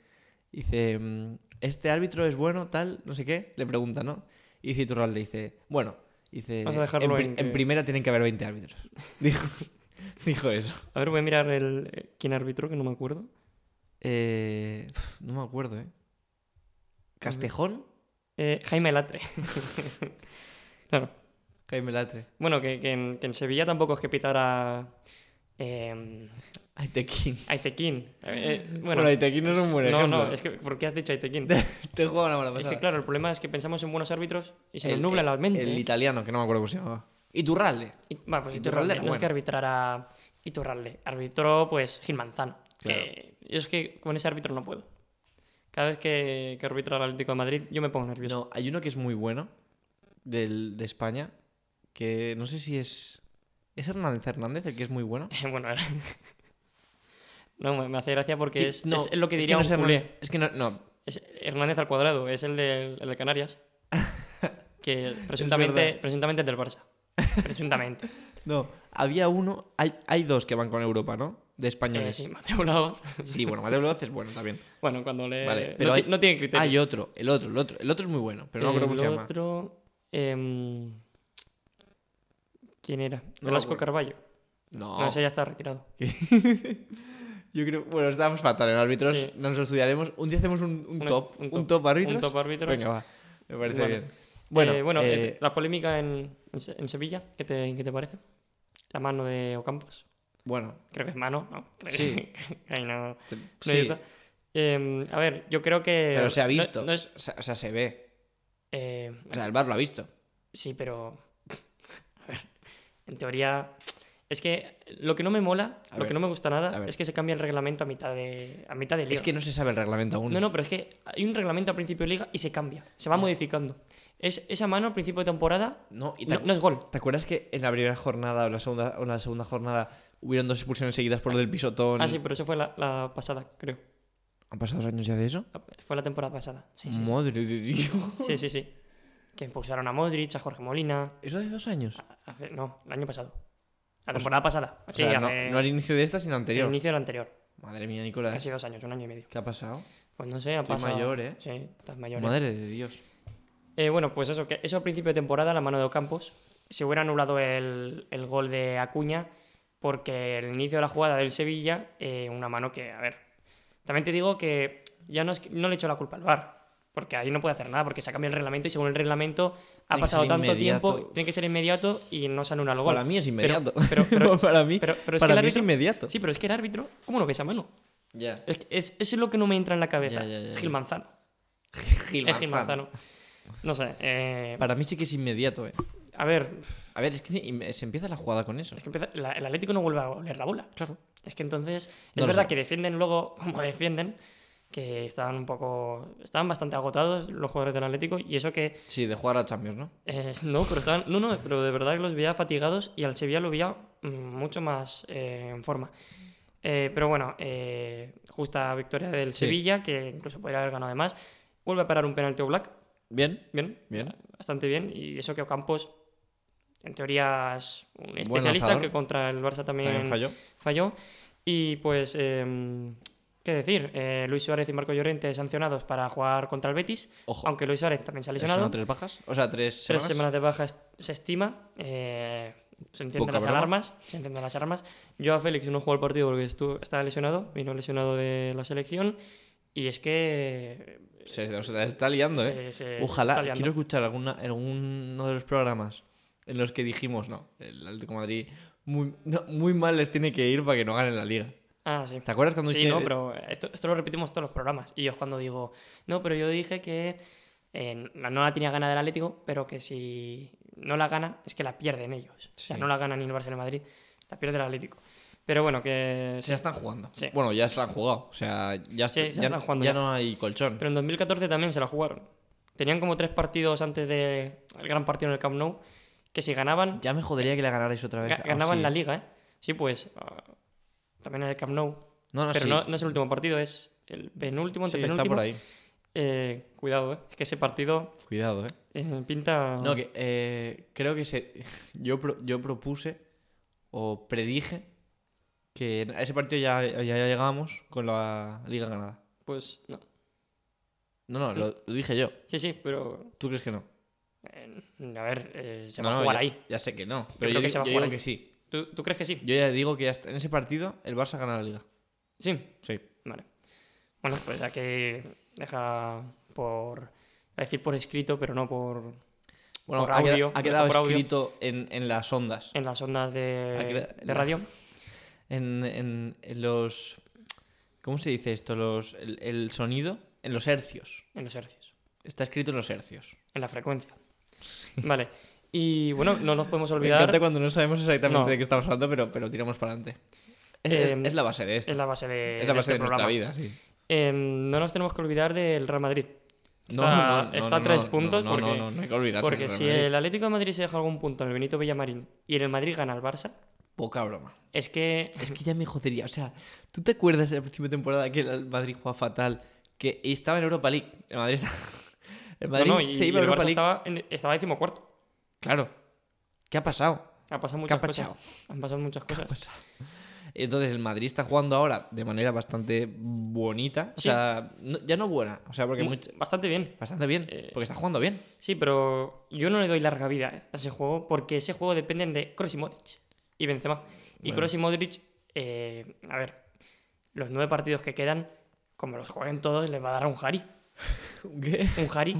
dice, mm, este árbitro es bueno, tal, no sé qué, le pregunta, ¿no? Y dice Turralde, dice, bueno, dice, Vamos a dejarlo pri- en que- primera tienen que haber 20 árbitros. Dijo, dijo eso. A ver, voy a mirar el eh, quién árbitro, que no me acuerdo. Eh, no me acuerdo, ¿eh? ¿Castejón? Eh, Jaime Latre. claro. Jaime Latre. Bueno, que, que en, que en Sevilla tampoco es que pitara. Eh, Aitequín. Aitequín. Eh, eh, Bueno, bueno, Aitequín no es un buen ejemplo. ¿eh? No, no, es que, ¿por qué has dicho Aitequín? Te juega una mala Es pasada. que claro, el problema es que pensamos en buenos árbitros y se nos El- nubla el- la mente. ¿eh? El italiano, que no me acuerdo cómo se llamaba. Iturralde. Y- bueno, pues Iturralde Iturralde, era no es que bueno. arbitrara Iturralde, arbitró pues Gil Manzano. Claro. Que yo es que con ese árbitro no puedo. Cada vez que, que arbitra el Atlético de Madrid yo me pongo nervioso. No, hay uno que es muy bueno del, de España, que no sé si es... ¿Es Hernández Hernández el que es muy bueno? bueno, era- no, me, me hace gracia porque Que- es, no, es lo que diría no es un Hernández- culé. Es que no... no, Es Hernández al cuadrado, es el de, el de Canarias, que presuntamente, verdad. presuntamente es del Barça. Presuntamente. no. Había uno... Hay, hay dos que van con Europa, ¿no? De Eh, españoles. sí, sí. Mateo Laoz. bueno, Mateo López es bueno también. Bueno, cuando le... Vale, no pero ti- hay- no, tiene criterio. Hay otro, el otro, el otro. El otro es muy bueno, pero no me acuerdo cómo el se llama. otro. em, ¿Quién era? me Velasco acuerdo. Ah. Carballo. No, No, ese ya está retirado. yo creo... Bueno, estamos fatal en árbitros. Sí. Nos lo estudiaremos. Un día hacemos un, un Un- top. un Un top- top árbitros. Un top árbitro. Venga, va. Me parece Bueno. bien. Bueno, Eh, bueno eh, eh, la polémica en, en Se- en Sevilla, ¿qué te, qué te parece? La mano de Ocampos. bueno, Creo que es mano, ¿no? Creo Sí. que- Ahí no. no te- hay sí, duda. Em, a ver, yo creo que. pero se ha no- visto. no es- o, sea, o sea, se ve. eh, O sea, el bar lo ha visto. Sí, pero. A ver. En teoría. Es que lo que no me mola, A lo ver, que no me gusta a nada, ver. es que se cambia el reglamento a mitad de, a mitad de liga. Es que no se sabe el reglamento aún. Ah. No, no, pero es que hay un reglamento a principio de liga y se cambia, se va modificando. Es, esa mano al principio de temporada No, y te, no, acu- no es gol. ¿te acuerdas que en la primera jornada o en la segunda, o en la segunda jornada hubieron dos expulsiones seguidas por el del pisotón? Ah, sí, pero eso fue la, la pasada, creo. ¿Han pasado dos años ya de eso? Fue la temporada pasada. Sí, sí. Madre de Dios. Sí, sí, sí. Que impulsaron a Modric, a Jorge Molina. ¿Eso hace dos años? hace- no, el año pasado. La temporada pasada. Pues O Sí, sea, no, hace- no al inicio de esta, sino el anterior. inicio del anterior. Madre mía, Nicolás. Casi dos años, un año y medio. ¿Qué ha pasado? Pues no sé, ha Estoy pasado. mayor, ¿eh? Sí, estás mayor. ¿eh? Madre de Dios. Eh, bueno, pues eso, que eso al principio de temporada, la mano de Ocampos, se hubiera anulado el, el gol de Acuña, porque el inicio de la jugada del Sevilla, eh, una mano que, a ver. También te digo que ya no, es que- no le echo la culpa al VAR, porque ahí no puede hacer nada, porque se ha cambiado el reglamento y según el reglamento ha Tiene que pasado ser tanto inmediato. tiempo, tiene que ser inmediato y no se anula el gol. Para mí es inmediato. pero- pero- para mí, pero- pero es para que el mí es árbitro- inmediato. Sí, pero es que el árbitro, ¿cómo no ves a mano? Ya. Es, que es- eso es lo que no me entra en la cabeza. Ya, ya, ya, es ya. Gil Manzano. Gil Es Gil Manzano. Manzano. No sé. eh, Para mí sí que es inmediato, eh. a ver, A ver, es que im- se empieza la jugada con eso. Es que empieza- la- el Atlético no vuelve a oler la bola. Claro. Es que entonces, es No lo verdad sé. que defienden luego como defienden, que estaban un poco. Estaban bastante agotados los jugadores del Atlético y eso que. Sí, de jugar a Champions, ¿no? eh, no, pero estaban. No, no, pero de verdad que los veía fatigados y al Sevilla lo veía mm, mucho más eh, en forma. Eh, pero bueno, eh, justa victoria del Sí. Sevilla, que incluso podría haber ganado de más. Vuelve a parar un penalti Black. Bien, Bien, bien. bastante bien. Y eso que Ocampos, en teoría, es un especialista lanzador. que contra el Barça También falló. falló. Y pues, eh, ¿qué decir? Eh, Luis Suárez y Marco Llorente sancionados para jugar contra el Betis, Ojo. aunque Luis Suárez también se ha lesionado. ¿Son tres bajas? O sea, tres Tres semanas. semanas de baja est- se estima. eh, se encienden Poca las broma. alarmas. Se encienden las alarmas. Yo a Félix no jugó el partido porque estuvo, estaba lesionado, vino lesionado de la selección. Y es que. eh, Se, o sea, la está liando, eh. se- se está Ojalá, liando. quiero escuchar alguna, alguno de los programas en los que dijimos, no, el Atlético de Madrid muy, no, muy mal les tiene que ir para que no ganen la liga. Ah, sí. ¿Te acuerdas cuando sí, dije- no, pero eh, esto, esto lo repetimos todos los programas. Y yo es cuando digo, no, pero yo dije que eh, no no la tenía gana del Atlético, pero que si no la gana, es que la pierden ellos. O sea, Sí. no la gana ni el Barça ni el Madrid, la pierde el Atlético. Pero bueno, que. se la están jugando? Sí. Bueno, ya se la han jugado. O sea, ya, Sí, est- se la ya, están jugando ya ya. no hay colchón. Pero en 2014 también se la jugaron. Tenían como tres partidos antes del gran partido en el Camp Nou, que si ganaban, Ya me jodería que la oh, ganarais otra vez. Ah, ga- ganaban así. la liga, ¿eh? Sí, pues. ah, también en el Camp Nou. No, no, Pero Ah, sí. no, no es el último partido, es el penúltimo, Sí, antepenúltimo. está por ahí. Eh, cuidado, ¿eh? es que ese partido Cuidado, eh. eh, pinta. No, que eh, creo que se, yo, pro- yo propuse o predije que a ese partido ya, ya llegábamos con la liga ganada. Pues no. No, no, lo, lo dije yo. Sí, sí, pero. ¿Tú crees que no? eh, a ver, eh, se No, va no, a jugar ya, ahí. Ya sé que no. creo Pero yo, que di- se va a yo jugar digo ahí. que sí. ¿Tú, tú crees que sí? Yo ya digo que hasta en ese partido el Barça gana la liga. Sí, Sí. vale. Bueno, pues ya que deja por. Iba a decir por escrito, pero no por. Bueno, Por ha queda- audio, ha lo quedado, dejo por audio. escrito en, en las ondas. en las ondas Aquí de, la- de radio. En, en- en los. ¿Cómo se dice esto? Los, el, el sonido en los hercios. En los hercios. Está escrito en los hercios. En la frecuencia. Vale. Y bueno, no nos podemos Me olvidar. encanta cuando no Eh, sabemos exactamente No. de qué estamos hablando, pero, pero tiramos para adelante. Es, es- Em, es la base de esto. Es la base de. Es la base de, este nuestra vida, programa. sí. Eh, no nos tenemos que olvidar del Real Madrid. No, Está- no, no, está a no, tres no, puntos no, no, porque- no, no, hay que olvidarse. Porque del si Real Madrid. el Atlético de Madrid se deja algún punto en el Benito Villamarín y en el Madrid gana el Barça, Poca broma. es que. Es que ya me jodería. O sea, ¿tú te acuerdas al principio de temporada que el Madrid jugaba fatal? Que estaba en Europa League. El Madrid, estaba- el Madrid no, no, y, se y iba a el Europa Barça League. estaba, en- estaba decimocuarto. Claro. ¿Qué ha pasado? Ha pasado ¿Qué ha muchas pasado? cosas. Han pasado muchas ¿Qué ha cosas. pasado? Entonces, el Madrid está jugando ahora de manera bastante bonita. O Sí. sea, no- ya no buena. O sea, porque Mu- mucho- Bastante bien. bastante bien. Eh, Porque está jugando bien. Sí, pero yo no le doy larga vida eh, a ese juego porque ese juego dependen de Kroos y Modric y Benzema. Y Bueno. Kroos y Modric, eh, a ver, los nueve partidos que quedan, como los jueguen todos, les va a dar un Jari. ¿Qué? Un Jari.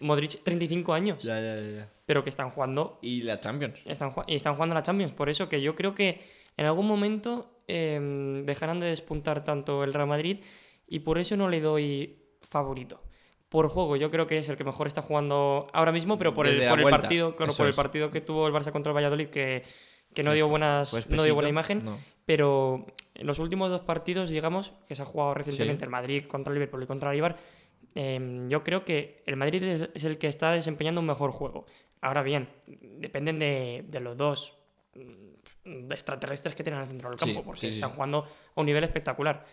Modric, 35 años, Ya, ya, ya. pero que están jugando Y la Champions. Están, ju- y están jugando la Champions, por eso que yo creo que en algún momento eh, dejarán de despuntar tanto el Real Madrid y por eso no le doy favorito. Por juego, yo creo que es el que mejor está jugando ahora mismo, pero por Desde el, la por el vuelta, partido, claro, eso por el es. partido que tuvo el Barça contra el Valladolid, que, que no dio buenas, Pues no dio buena pesito, imagen, no. pero en los últimos dos partidos, digamos, que se ha jugado recientemente el Madrid contra el Liverpool y contra el Ibar, eh, yo creo que el Madrid es, es el que está desempeñando un mejor juego. Ahora bien, dependen de, de los dos mm, extraterrestres que tienen al centro del Sí, campo, porque sí, sí. están jugando a un nivel espectacular.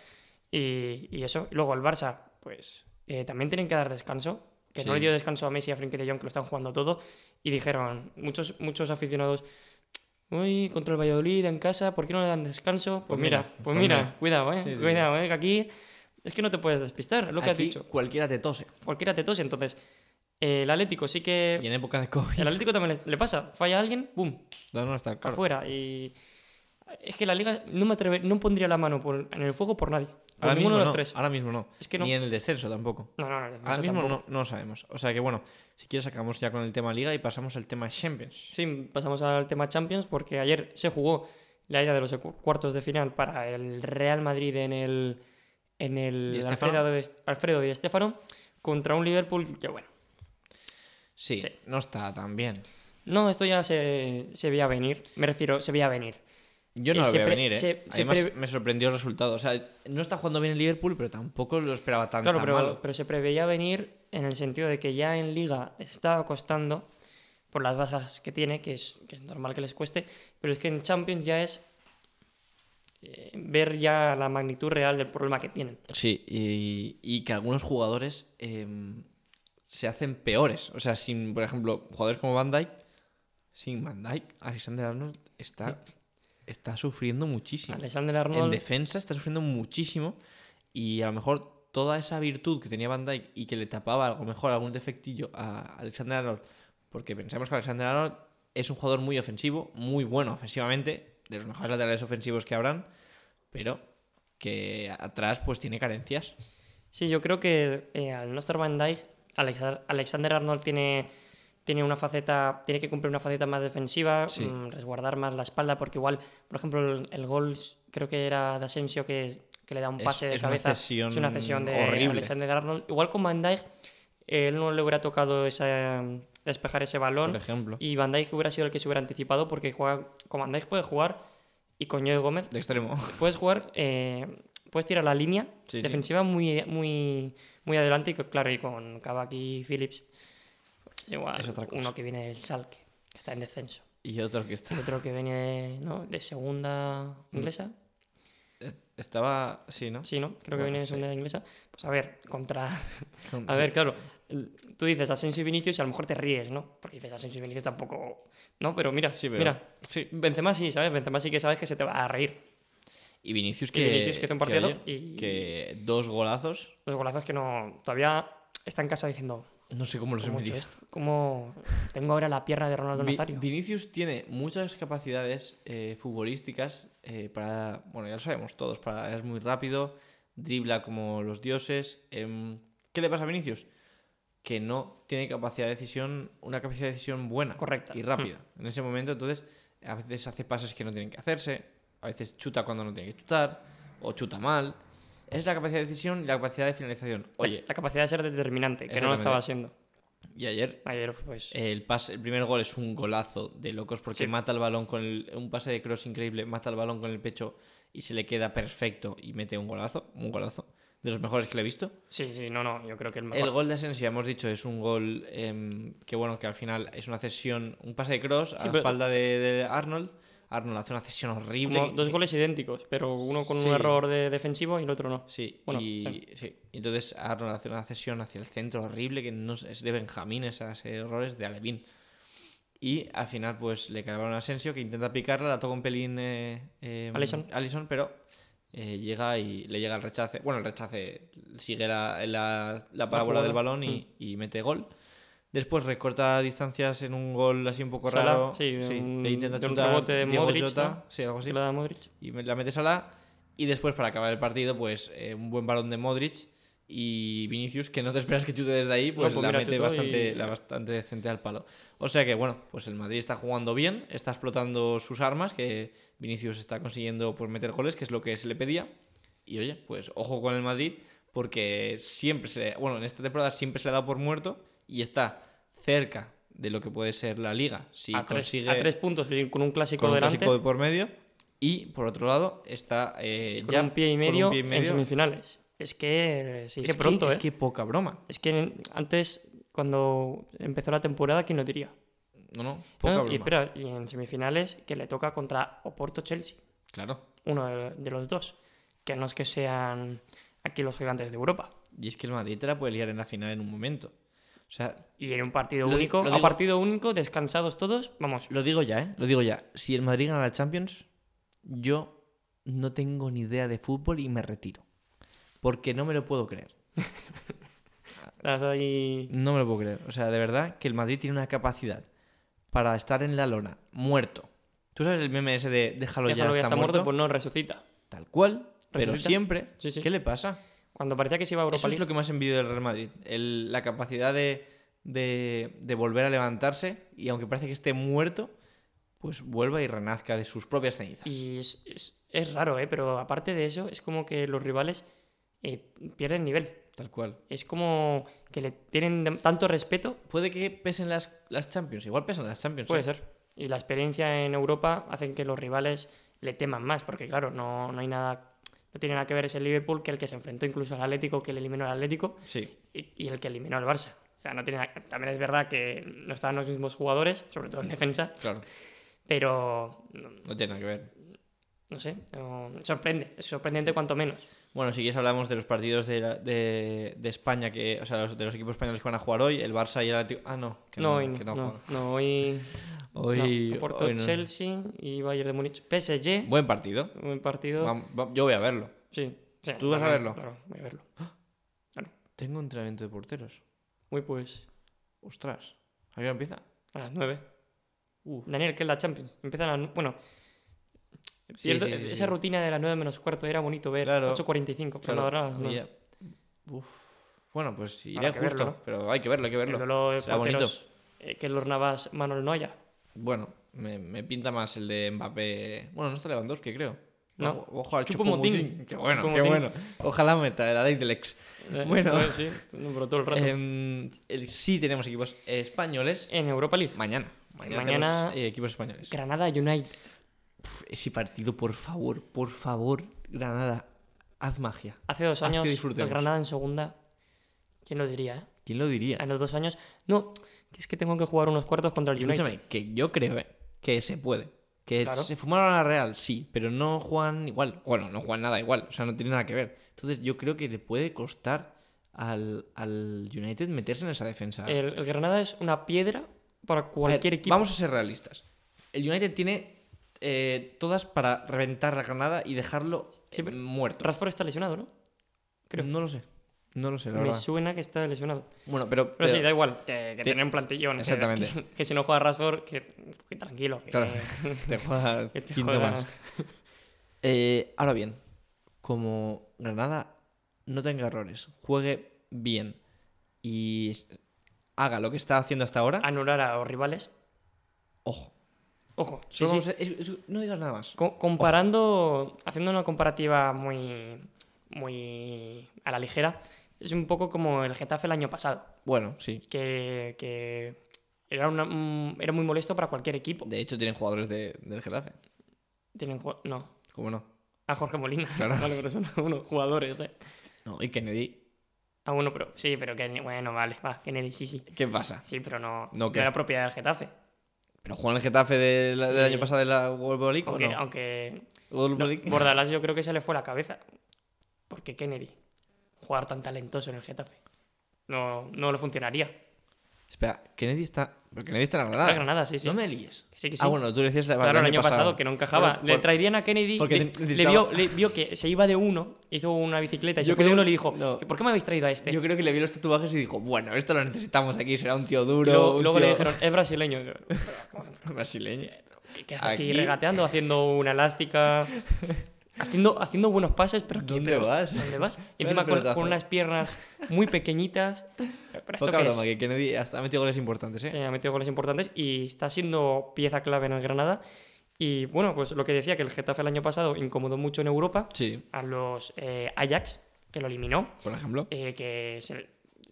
Y, y eso, y luego el Barça, pues eh, también tienen que dar descanso, que no Sí. le dio descanso a Messi y a Frenkie de Jong, que lo están jugando todo, y dijeron, muchos, muchos aficionados, uy, contra el Valladolid en casa, ¿por qué no le dan descanso? Pues, Pues mira, mira, pues, pues mira, mira. cuidado, eh, Sí, sí, sí. cuidado, eh, que aquí es que no te puedes despistar, es lo que has Aquí dicho Cualquiera te tose. cualquiera te tose. Entonces, eh, el Atlético sí Y que. en época de COVID. El Atlético también le- le pasa. Falla alguien, boom, No, no, está claro. afuera. Y. Es que la liga no me atreve, no pondría la mano por- en el fuego por nadie. Por Ahora mismo ninguno de los no. tres. Ahora mismo no. Es que no. Ni en el descenso tampoco. No, no, no. eso Ahora mismo tampoco. no, no lo sabemos. O sea que bueno, si quieres sacamos ya con el tema Liga y pasamos al tema Champions. Sí, pasamos al tema Champions porque ayer se jugó la ida de los cu- cuartos de final para el Real Madrid en el. En Di el Stéfano. Alfredo, de, Alfredo Di Stéfano contra un Liverpool que, bueno, Sí, Sí. no está tan bien. no, esto ya se, se veía venir. Me refiero, se veía venir. Yo no Eh, lo se veo pre- venir, ¿eh? se- A mí se más- pre- me sorprendió el resultado. O sea, no está jugando bien el Liverpool, pero tampoco lo esperaba tan, Claro, tan pero, malo. pero se preveía venir en el sentido de que ya en liga les estaba costando por las bajas que tiene, que es, que es normal que les cueste, pero es que en Champions ya es eh, ver ya la magnitud real del problema que tienen. Sí, y, y que algunos jugadores em, se hacen peores. O sea, sin, por ejemplo, jugadores como Van Dyke, sin Van Dyke, Alexander Arnold está, está sufriendo muchísimo. Alexander En Arnold, defensa está sufriendo muchísimo y a lo mejor toda esa virtud que tenía Van Dyke y que le tapaba a lo mejor algún defectillo a Alexander Arnold, porque pensamos que Alexander Arnold es un jugador muy ofensivo, muy bueno ofensivamente, de los mejores laterales ofensivos que habrán, pero que atrás pues tiene carencias. sí, yo creo que eh, al no estar Van Dijk, Alexa- Alexander Arnold tiene, tiene una faceta, tiene que cumplir una faceta más defensiva, Sí. mm, resguardar más la espalda, porque igual, por ejemplo, el, el gol creo que era de Asensio que, que le da un Es- pase de es una cabeza. cesión es una cesión de horrible. Alexander Arnold. Igual con Van Dijk, él no le hubiera tocado esa, despejar ese Por balón ejemplo, y Van Dijk hubiera sido el que se hubiera anticipado porque juega, con Van Dijk puede jugar y con Joey Gómez de extremo. puedes jugar, eh, puedes tirar la línea Sí, sí. defensiva muy, muy, muy adelante y co- claro, y con Kabak y Phillips pues, igual, Es otra cosa. uno que viene del Salque, que está en descenso, Y otro que está, y otro que viene ¿no? de segunda inglesa. estaba, sí, ¿no? Sí, ¿no? Creo Bueno, que viene de sí. segunda inglesa. Pues a ver, contra. Con- A ver, claro. Tú dices Asensio y Vinicius y a lo mejor te ríes, ¿no? Porque dices Asensio y Vinicius tampoco. No, pero mira, Sí, pero- mira. sí. Benzema sí, ¿sabes? Benzema sí que sabes que se te va a reír. Y Vinicius Y que, Vinicius que hizo un partidazo oye, y- que dos golazos, Los golazos que no. Todavía está en casa diciendo. no sé cómo los he ¿Cómo he hecho medido. esto? ¿Cómo tengo ahora la pierna de Ronaldo Vi- Nazario? Vinicius tiene muchas capacidades eh, futbolísticas eh, para, bueno, ya lo sabemos todos, para es muy rápido, dribla como los dioses. em, ¿Qué le pasa a Vinicius? Que no tiene capacidad de decisión, una capacidad de decisión buena Correcta. Hmm. y rápida. En ese momento, entonces, a veces hace pases que no tienen que hacerse, a veces chuta cuando no tiene que chutar, o chuta mal. Es la capacidad de decisión y la capacidad de finalización. Oye, La, la capacidad de ser determinante, que no lo Exactamente. Eh. estaba siendo. y ayer Ayer, pues. el, pase, el primer gol es un golazo de locos porque Sí. mata el balón con el- un pase de cross increíble, mata el balón con el pecho y se le queda perfecto y mete un golazo, un golazo, de los mejores que le he visto. Sí, sí, no, no, yo creo que el mejor. El gol de Asensio, ya hemos dicho, es un gol em, que bueno, que al final es una cesión, un pase de cross a la pero- espalda de, de Arnold. Arnold hace una cesión horrible. Como que- dos goles idénticos, pero uno con Sí. un error de defensivo y el otro no. Sí, Bueno, y sí. sí. entonces Arnold hace una cesión hacia el centro horrible que no sé, es de Benjamín, esos errores de Alevín. Y al final, pues le clavaron a Asensio que intenta picarla, la toca un pelín eh, eh, Alisson. Alisson, pero eh, llega y le llega el rechace. Bueno, el rechace sigue la, la- la parábola jugada. del balón y, Mm. y mete gol. Después recorta distancias en un gol así un poco Salah, raro. sí, de un- le intenta de un chutar rebote de Diego Modric, Jota, ¿no? sí, algo así Que lo da Modric. y me- la metes a la. Y después, para acabar el partido, pues eh, un buen balón de Modric y Vinicius, que no te esperas que chute desde ahí, pues, No, pues la mira, mete chutó bastante, y- la bastante decente al palo. O sea que, bueno, pues el Madrid está jugando bien, está explotando sus armas, que Vinicius está consiguiendo pues, meter goles, que es lo que se le pedía. Y oye, pues ojo con el Madrid, porque siempre se le- Bueno, en esta temporada siempre se le ha dado por muerto y está cerca de lo que puede ser la liga. Si a, tres, consigue a tres puntos y con un clásico con un delante. clásico de por medio. Y por otro lado está eh, con ya un pie y con un medio pie y en medio semifinales. Es que eh, se dice es pronto, que, ¿eh? Es que poca broma. Es que antes, cuando empezó la temporada, ¿quién lo diría? No, no, poca No, broma. Y espera, y en semifinales que le toca contra Oporto Chelsea, Claro. uno de, de los dos, que no es que sean aquí los gigantes de Europa. Y es que el Madrid te la puede liar en la final en un momento. O sea, Y en un partido Lo di- único, lo a digo- partido único, descansados todos, vamos. lo digo ya, ¿eh? Lo digo ya. Si el Madrid gana la Champions, yo no tengo ni idea de fútbol y me retiro. Porque no me lo puedo creer. estás ahí- No me lo puedo creer. O sea, de verdad que el Madrid tiene una capacidad para estar en la lona, muerto. ¿Tú sabes el meme ese de déjalo, déjalo ya, que está, muerto? pues no resucita. Tal cual, pero Resucita. siempre. Sí, sí. ¿Qué le pasa? Cuando parecía que se iba a Europa Eso es League, lo que más envidio del Real Madrid. el- la capacidad de, de- de volver a levantarse y aunque parece que esté muerto, pues vuelva y renazca de sus propias cenizas. Y es, es- es raro, ¿eh? Pero aparte de eso, es como que los rivales eh, pierden nivel. Tal cual. Es como que le tienen de- tanto respeto, Puede que pesen las, las Champions. Igual pesan las Champions. puede ¿eh? ser. Y la experiencia en Europa hacen que los rivales le teman más, porque claro, no, no hay nada... No tiene nada que ver ese Liverpool que el que se enfrentó incluso al Atlético, que le eliminó al Atlético, Sí. y, y el que eliminó al Barça. O sea, no tiene nada- También es verdad que no estaban los mismos jugadores, sobre todo en defensa, Claro. pero no, No tiene nada que ver. no sé, no- sorprende, es sorprendente cuanto menos. Bueno, si quieres hablamos de los partidos de, la- de- de España, que, o sea, los- de los equipos españoles que van a jugar hoy, el Barça y el Atlético... Ah, no, que no, no, hoy que no, no no, juegan. no, hoy, Hoy, no, Oporto, hoy no. Chelsea y Bayern de Múnich. PSG, Buen partido. buen partido. Vam- vam- yo voy a verlo. Sí, sí, ¿Tú vas a también, verlo? Claro, voy a verlo. Tengo entrenamiento de porteros. Uy, pues Ostras. ¿A qué hora empieza? a las 9. Uf. Daniel, que es la Champions. Empieza a las nu- Bueno, pierdo- sí, sí, esa sí. rutina de las 9 menos cuarto era bonito ver. Claro. 8.45, pero Claro, ahora a las y 9. ya- Uf. Bueno, pues iré Habrá que justo, verlo, ¿no? pero hay que verlo, hay que El verlo. duelo de Será porteros, eh, que los Navas, Manuel Noya. Bueno, me, me pinta más el de Mbappé. Bueno, no está Lewandowski, creo. No. O- Ojo al Choupo-Moting. Chupomotín. Qué bueno, qué Choupo-Moting. bueno. Ojalá meta el Aditelex. Eh, Bueno. eh, Sí, no, pero todo el rato. Eh, el- sí tenemos equipos españoles en Europa League, mañana. Mañana, Mañana- tenemos, eh, equipos españoles. Granada United. Uf, ese partido, por favor, por favor, Granada, haz magia. Hace dos Haz que años, el disfrutemos. Granada en segunda. ¿Quién lo diría, eh? ¿Quién lo diría? En los dos años. No, es que tengo que jugar unos cuartos contra el United. Escúchame, que yo creo eh, que se puede. Que Claro. se fumaron a la Real, sí, pero no juegan igual. Bueno, no juegan nada igual, o sea, no tiene nada que ver. Entonces yo creo que le puede costar al, al United meterse en esa defensa. A ver, El, el Granada es una piedra para cualquier equipo. Vamos a ser realistas. El United tiene eh, todas para reventar la granada y dejarlo eh, Sí, pero- muerto. Rashford está lesionado, ¿no? creo. No lo sé. No lo sé, la Me verdad. suena que está lesionado. Bueno, pero, Pero, sí, pero- da igual, que, que Te- tener un plantillón. que- Exactamente. Que, que si no juega Rashford, que, que tranquilo. que- Claro. te juega que te quinto juega- más. Eh, ahora bien, como Granada no tenga errores, juegue bien y s- haga lo que está haciendo hasta ahora, Anular a los rivales. ojo. Ojo, sí, Solo sí. vamos a- es- es- no digas nada más. Co- comparando, haciendo una comparativa muy, muy a la ligera, es un poco como el Getafe el año pasado, Bueno, sí. que, que era, una- un- era muy molesto para cualquier equipo. De hecho, tienen jugadores de- del Getafe. Tienen jue- no, ¿Cómo no? a Jorge Molina, Claro. vale, pero son unos jugadores, ¿eh? No, y Kennedy, A uno, pero sí, pero que bueno, vale, va, Kennedy, sí, sí. ¿qué pasa? Sí, pero no, No, ¿qué? era propiedad del Getafe. ¿Pero juegan el Getafe de la- del Sí. año pasado de la World League Aunque, o no? aunque World no, League. Bordalás yo creo que se le fue la cabeza. Porque Kennedy, jugar tan talentoso en el Getafe, no, no le funcionaría. Espera, Kennedy está... Pero Kennedy está en la Granada. Está en Granada, sí, sí. Ah. No me líes. Que sí, que sí. Ah, bueno, tú decías la claro, el año pasado, que no encajaba. Por- le por- traerían a Kennedy. porque le- ne- le, necesitaba- vio, le vio que se iba de uno, hizo una bicicleta y Yo se fue de creo- uno y le dijo: no. ¿Por qué me habéis traído a este? Yo creo que le vio los tatuajes y dijo, bueno, esto lo necesitamos aquí, será un tío duro. luego un luego tío le dijeron: Es brasileño. Y yo, brasileño. ¿Qué, qué hace aquí, Aquí- regateando, haciendo una elástica? Haciendo, haciendo buenos pases, pero ¿qué- ¿Dónde pero vas? ¿Dónde vas? Y Claro, encima con, pelotazo. con unas piernas muy pequeñitas. ¿Pero esto Poca qué broma, es? que Kennedy hasta ha metido goles importantes, ¿eh? Eh, ha metido goles importantes y está siendo pieza clave en el Granada. Y bueno, pues lo que decía que el Getafe el año pasado incomodó mucho en Europa Sí, a los eh, Ajax, que lo eliminó, por ejemplo. eh, que se-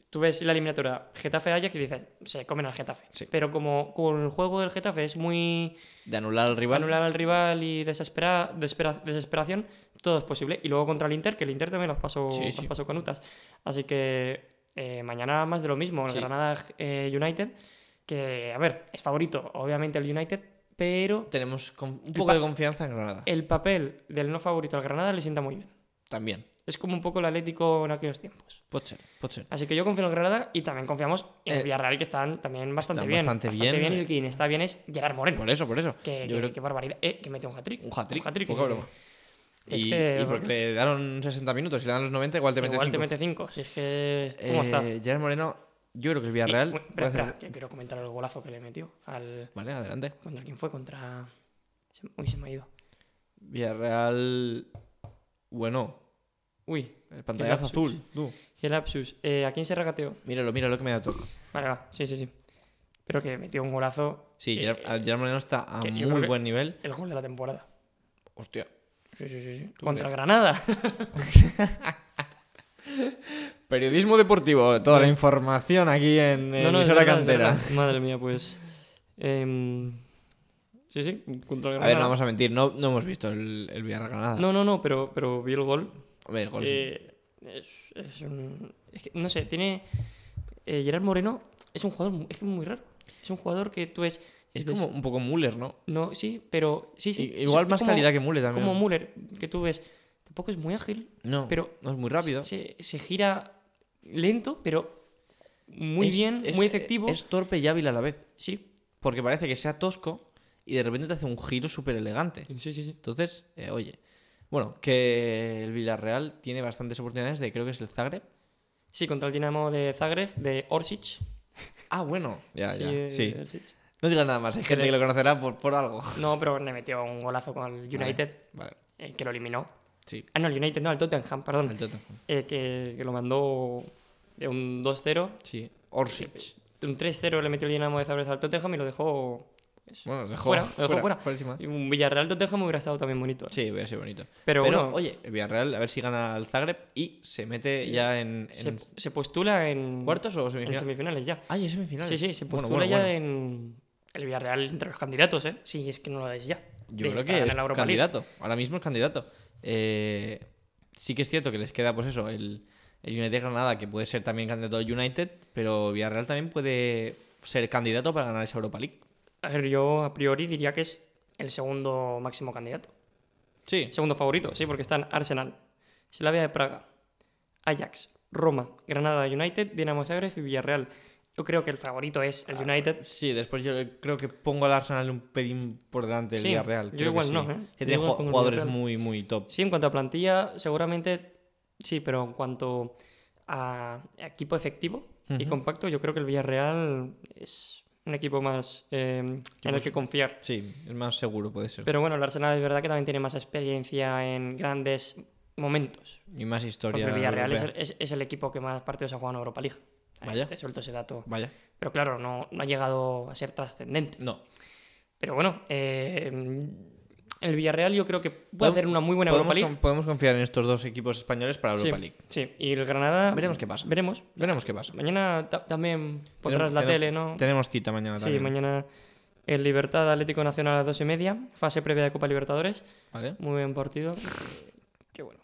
tú ves la eliminatoria Getafe-Ajax y dices, se comen al Getafe. Sí. Pero como con el juego del Getafe es muy De anular al rival. anular al rival y desespera, desespera- desesperación, todo es posible. Y luego contra el Inter, que el Inter también nos pasó, Sí, nos sí. pasó canutas. Así que eh, mañana más de lo mismo, el Sí. Granada eh, United, que a ver, es favorito, obviamente el United, pero Tenemos con- un El poco pa- Eh. de confianza en Granada. el papel del no favorito al Granada le sienta muy bien. También. Es como un poco el Atlético en aquellos tiempos. Puede ser, puede ser. Así que yo confío en el Granada y también confiamos en el Eh, Villarreal, que están también bastante están bien. bastante bien, y eh. el que está bien es Gerard Moreno. Por eso, por eso. Que, Yo que- creo que barbaridad. Eh, que metió un hat-trick. un hat-trick. hat-trick, poca eh, broma. es y, que- y porque le daron 60 minutos, si le dan los 90, igual te mete Igual te cinco. mete 5. Si es que. ¿Cómo está? Eh, Gerard Moreno, yo creo que el Villarreal. Y- bueno, puede espera, hacer- espera, que quiero comentar el golazo que le metió al. Vale, adelante. ¿Contra quién fue? Contra. se- Uy, se me ha ido. Villarreal. Bueno, Uy, el pantallazo lapsus. azul. Tú. qué lapsus. Eh, ¿A quién se regateó? Míralo, míralo que me da toque. Vale, va. Sí, sí, sí. Pero que metió un golazo. Sí, Eh, Gerard, eh, Gerard Moreno está a que yo muy creo que- buen nivel. El gol de la temporada. Hostia. Sí, sí, sí. sí. Contra crees? Granada. Periodismo deportivo, toda la información aquí en No, no, es Emisora verdad, es Cantera. verdad. Madre mía, pues. em, sí, sí. Contra Granada. A ver, no vamos a mentir, no, no hemos visto el, el Villarreal Granada. No, no, no, pero, pero vi el gol. A ver, gol Pues sí. Eh, es, es un. es que, no sé, tiene. eh, Gerard Moreno es un jugador mu- es que es muy raro. Es un jugador que tú es. Es dices, como un poco Müller, ¿no? No, sí, pero. Sí, sí. I- Igual es más como- calidad que Müller también. Como Müller, que tú ves. Tampoco es muy ágil. no, pero- no es muy rápido. Se, se gira lento, pero muy Es- bien, es- e-, muy efectivo. Es torpe y hábil a la vez. Sí, Porque parece que sea tosco y de repente te hace un giro súper elegante. sí, sí. sí. Entonces, eh, oye. Bueno, que el Villarreal tiene bastantes oportunidades de creo que es el Zagreb. Sí, contra el Dinamo de Zagreb, de Orsic. Ah, bueno. Ya, Sí, ya. eh, sí. Orsic. No digas nada más, hay gente que lo conocerá por, por algo. No, pero le metió un golazo con el United, Vale, eh, que lo eliminó. sí. Ah, no, el United, no, el Tottenham, perdón. Al Tottenham. eh, que, que lo mandó de un 2-0. Sí. Orsic. Un 3-0 le metió el Dinamo de Zagreb al Tottenham y lo dejó. Bueno, lo dejó Fuera, lo dejó fuera. encima. y Un Villarreal Tottenham hubiera estado también bonito. ¿eh? Sí, hubiera sido bonito. Pero, Pero, bueno, oye, el Villarreal a ver si gana al Zagreb y se mete ya en, se, en se postula en. cuartos o en semifinales. semifinales ya. Ah, ya semifinales. Sí, sí, se Bueno, postula bueno, ya bueno. en. El Villarreal entre los candidatos, ¿eh? Sí, es que no lo des ya. Yo De- creo para que es ganar la Europa League. candidato. Ahora mismo es candidato. Eh, sí que es cierto que les queda, pues eso, el, el United Granada, que puede ser también candidato al United, pero Villarreal también puede ser candidato para ganar esa Europa League. A ver, yo a priori diría que es el segundo máximo candidato. Sí. Segundo favorito, sí, porque están Arsenal, Slavia de Praga, Ajax, Roma, Granada United, Dinamo Zagreb y Villarreal. Yo creo que el favorito es el Ah, United. Sí, después yo creo que pongo al Arsenal un pelín por delante del Sí, Villarreal. yo creo que igual sí. no, ¿eh? Que Yo tiene igual ju- pongo el jugadores Villarreal. muy, muy top. Sí, en cuanto a plantilla, seguramente sí, pero en cuanto a equipo efectivo y Ujú. compacto, yo creo que el Villarreal es un equipo más eh, en el más- que confiar. Sí, es más seguro, puede ser. Pero bueno, el Arsenal es verdad que también tiene más experiencia en grandes momentos. y más Porque historia. el Villarreal es el, europea. es- es el equipo que más partidos ha jugado en Europa League. Ahí Vaya. Te suelto ese dato. Vaya. Pero claro, no, no ha llegado a ser trascendente. No. Pero bueno, eh, el Villarreal yo creo que puede Podemos- hacer una muy buena podemos, Europa League. con- podemos confiar en estos dos equipos españoles para la Sí, Europa League. sí, y el Granada. Veremos qué pasa. Veremos. Veremos qué pasa. Mañana ta- también pondrás Tenemos- la tenemos- tele, ¿no? Tenemos cita mañana Sí, también. mañana el Libertad Atlético Nacional a las dos y media, fase previa de Copa Libertadores. ¿Vale? Muy buen partido. qué bueno.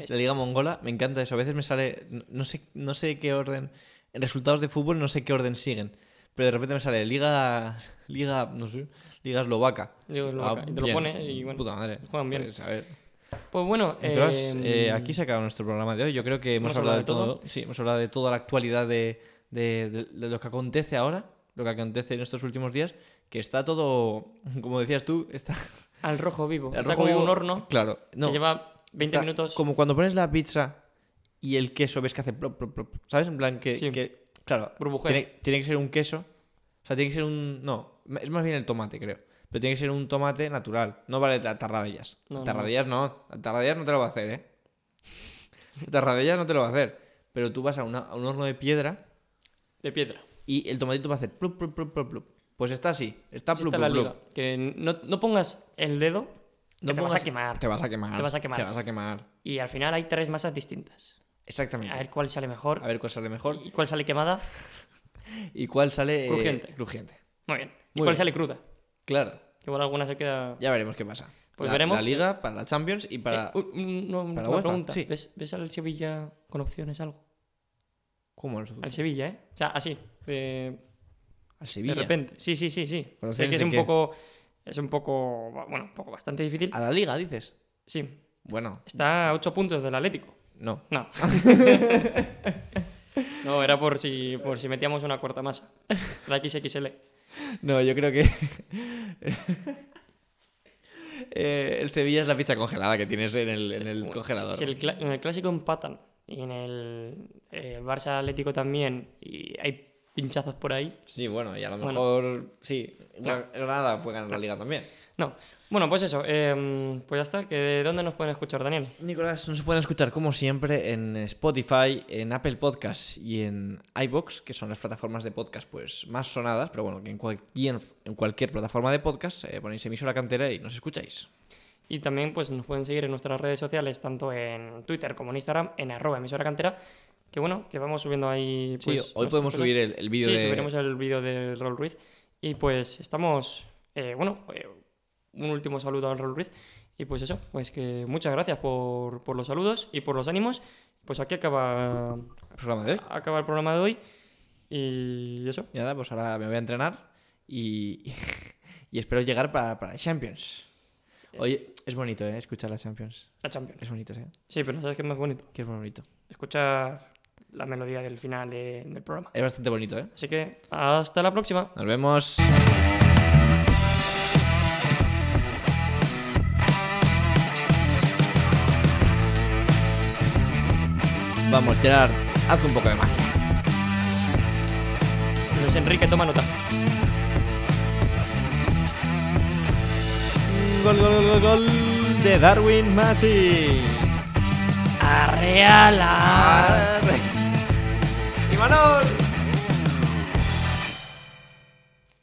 Este. La Liga Mongola, me encanta eso. A veces me sale, no- no sé, no sé qué orden, en resultados de fútbol no sé qué orden siguen, pero de repente me sale Liga, Liga, no sé, Liga Eslovaca. Digo, es lo Ah, bacán. y te lo bien. pones y bueno. Puta madre. juegan bien. Pues, a ver. Pues bueno, Nicolás, eh, eh, aquí se acaba nuestro programa de hoy. Yo creo que hemos, hablado, de todo. Sí, hemos hablado de toda la actualidad de, de- de- de lo que acontece ahora, lo que acontece en estos últimos días, que está todo, como decías tú, está al rojo vivo. el Está rojo como vivo- un horno Claro, no. que lleva 20 Está minutos. Como cuando pones la pizza y el queso ves que hace. plop, plop, plop, ¿Sabes? En plan que. Sí. que- claro, Burbujea. tiene, tiene que ser un queso. O sea, tiene que ser un. No, es más bien el tomate, creo. Pero tiene que ser un tomate natural. No vale la tarradellas. No, no. tarradellas no. La Tarradellas no te lo va a hacer, ¿eh? La tarradellas no te lo va a hacer. Pero tú vas a, una- a un horno de piedra De piedra. y el tomatito va a hacer. plup, plup, plup, plup, plup. Pues está así. Está Así plup, está la plup, plup. liga. Que no, no pongas el dedo, que No te vas pongas- a quemar. Te vas a quemar. Te vas a quemar. Te vas a quemar. Y al final hay tres masas distintas. Exactamente. A ver cuál sale mejor A ver cuál sale mejor y cuál sale quemada. y cuál sale eh, Crujiente. Muy bien. ¿Y Muy cuál bien. sale cruda? Claro, Que igual alguna se queda. ya veremos qué pasa. Pues la, veremos la que- Liga para la Champions y para... Eh, un- un- no, para una UEFA, pregunta. sí. ¿Ves, ¿Ves al Sevilla con opciones algo? ¿Cómo? ¿Al, Al Sevilla, ¿eh? O sea, así. De, al de Sevilla? repente. Sí, sí, sí, sí. ¿Con Sé opciones que es de un qué? poco. Es un poco. Bueno, un poco bastante difícil. ¿A la Liga, dices? Sí. Bueno, Está a 8 puntos del Atlético. no. No. no, era por si, por si metíamos una cuarta masa. La XXL. No, yo creo que... Eh, el Sevilla es la pizza congelada que tienes en el, en el Bueno, congelador. Si, si el cla- en el clásico empatan y en el, eh, el Barça Atlético también y hay pinchazos por ahí. Sí, bueno, y a lo Bueno. mejor... Sí, Gra- Granada puede ganar la Liga también. No. Bueno, pues eso. eh, pues ya está. que ¿De dónde nos pueden escuchar, Daniel? Nicolás, nos pueden escuchar como siempre en Spotify, en Apple Podcasts y en iBox, que son las plataformas de podcast pues más sonadas, pero bueno, que en cualquier, en cualquier plataforma de podcast eh, ponéis emisora cantera y nos escucháis. Y también pues nos pueden seguir en nuestras redes sociales, tanto en Twitter como en Instagram, en arroba emisora cantera. Que bueno, que vamos subiendo ahí. Sí, Pues, hoy nuestras podemos cosas. subir el, el vídeo Sí, de... subiremos el vídeo de Rol Ruiz. Y pues estamos. eh, bueno, eh, un último saludo al Rol Ruiz. Y pues eso, pues que muchas gracias por, por los saludos y por los ánimos. Pues aquí acaba, el programa de hoy. acaba el programa de hoy. Y eso. Y nada, pues ahora me voy a entrenar y, y espero llegar para, para Champions. Oye, es bonito, ¿eh? Escuchar la Champions. La Champions. Es bonito, ¿eh? Sí, pero ¿sabes qué es más bonito? Que es bonito. Escuchar la melodía del final de- del programa. Es bastante bonito, ¿eh? Así que hasta la próxima. Nos vemos. Vamos, Gerard, haz un poco de magia. Luis Enrique toma nota. Gol, gol, gol, gol de Darwin Machi. Arreala. ¡Y Manon!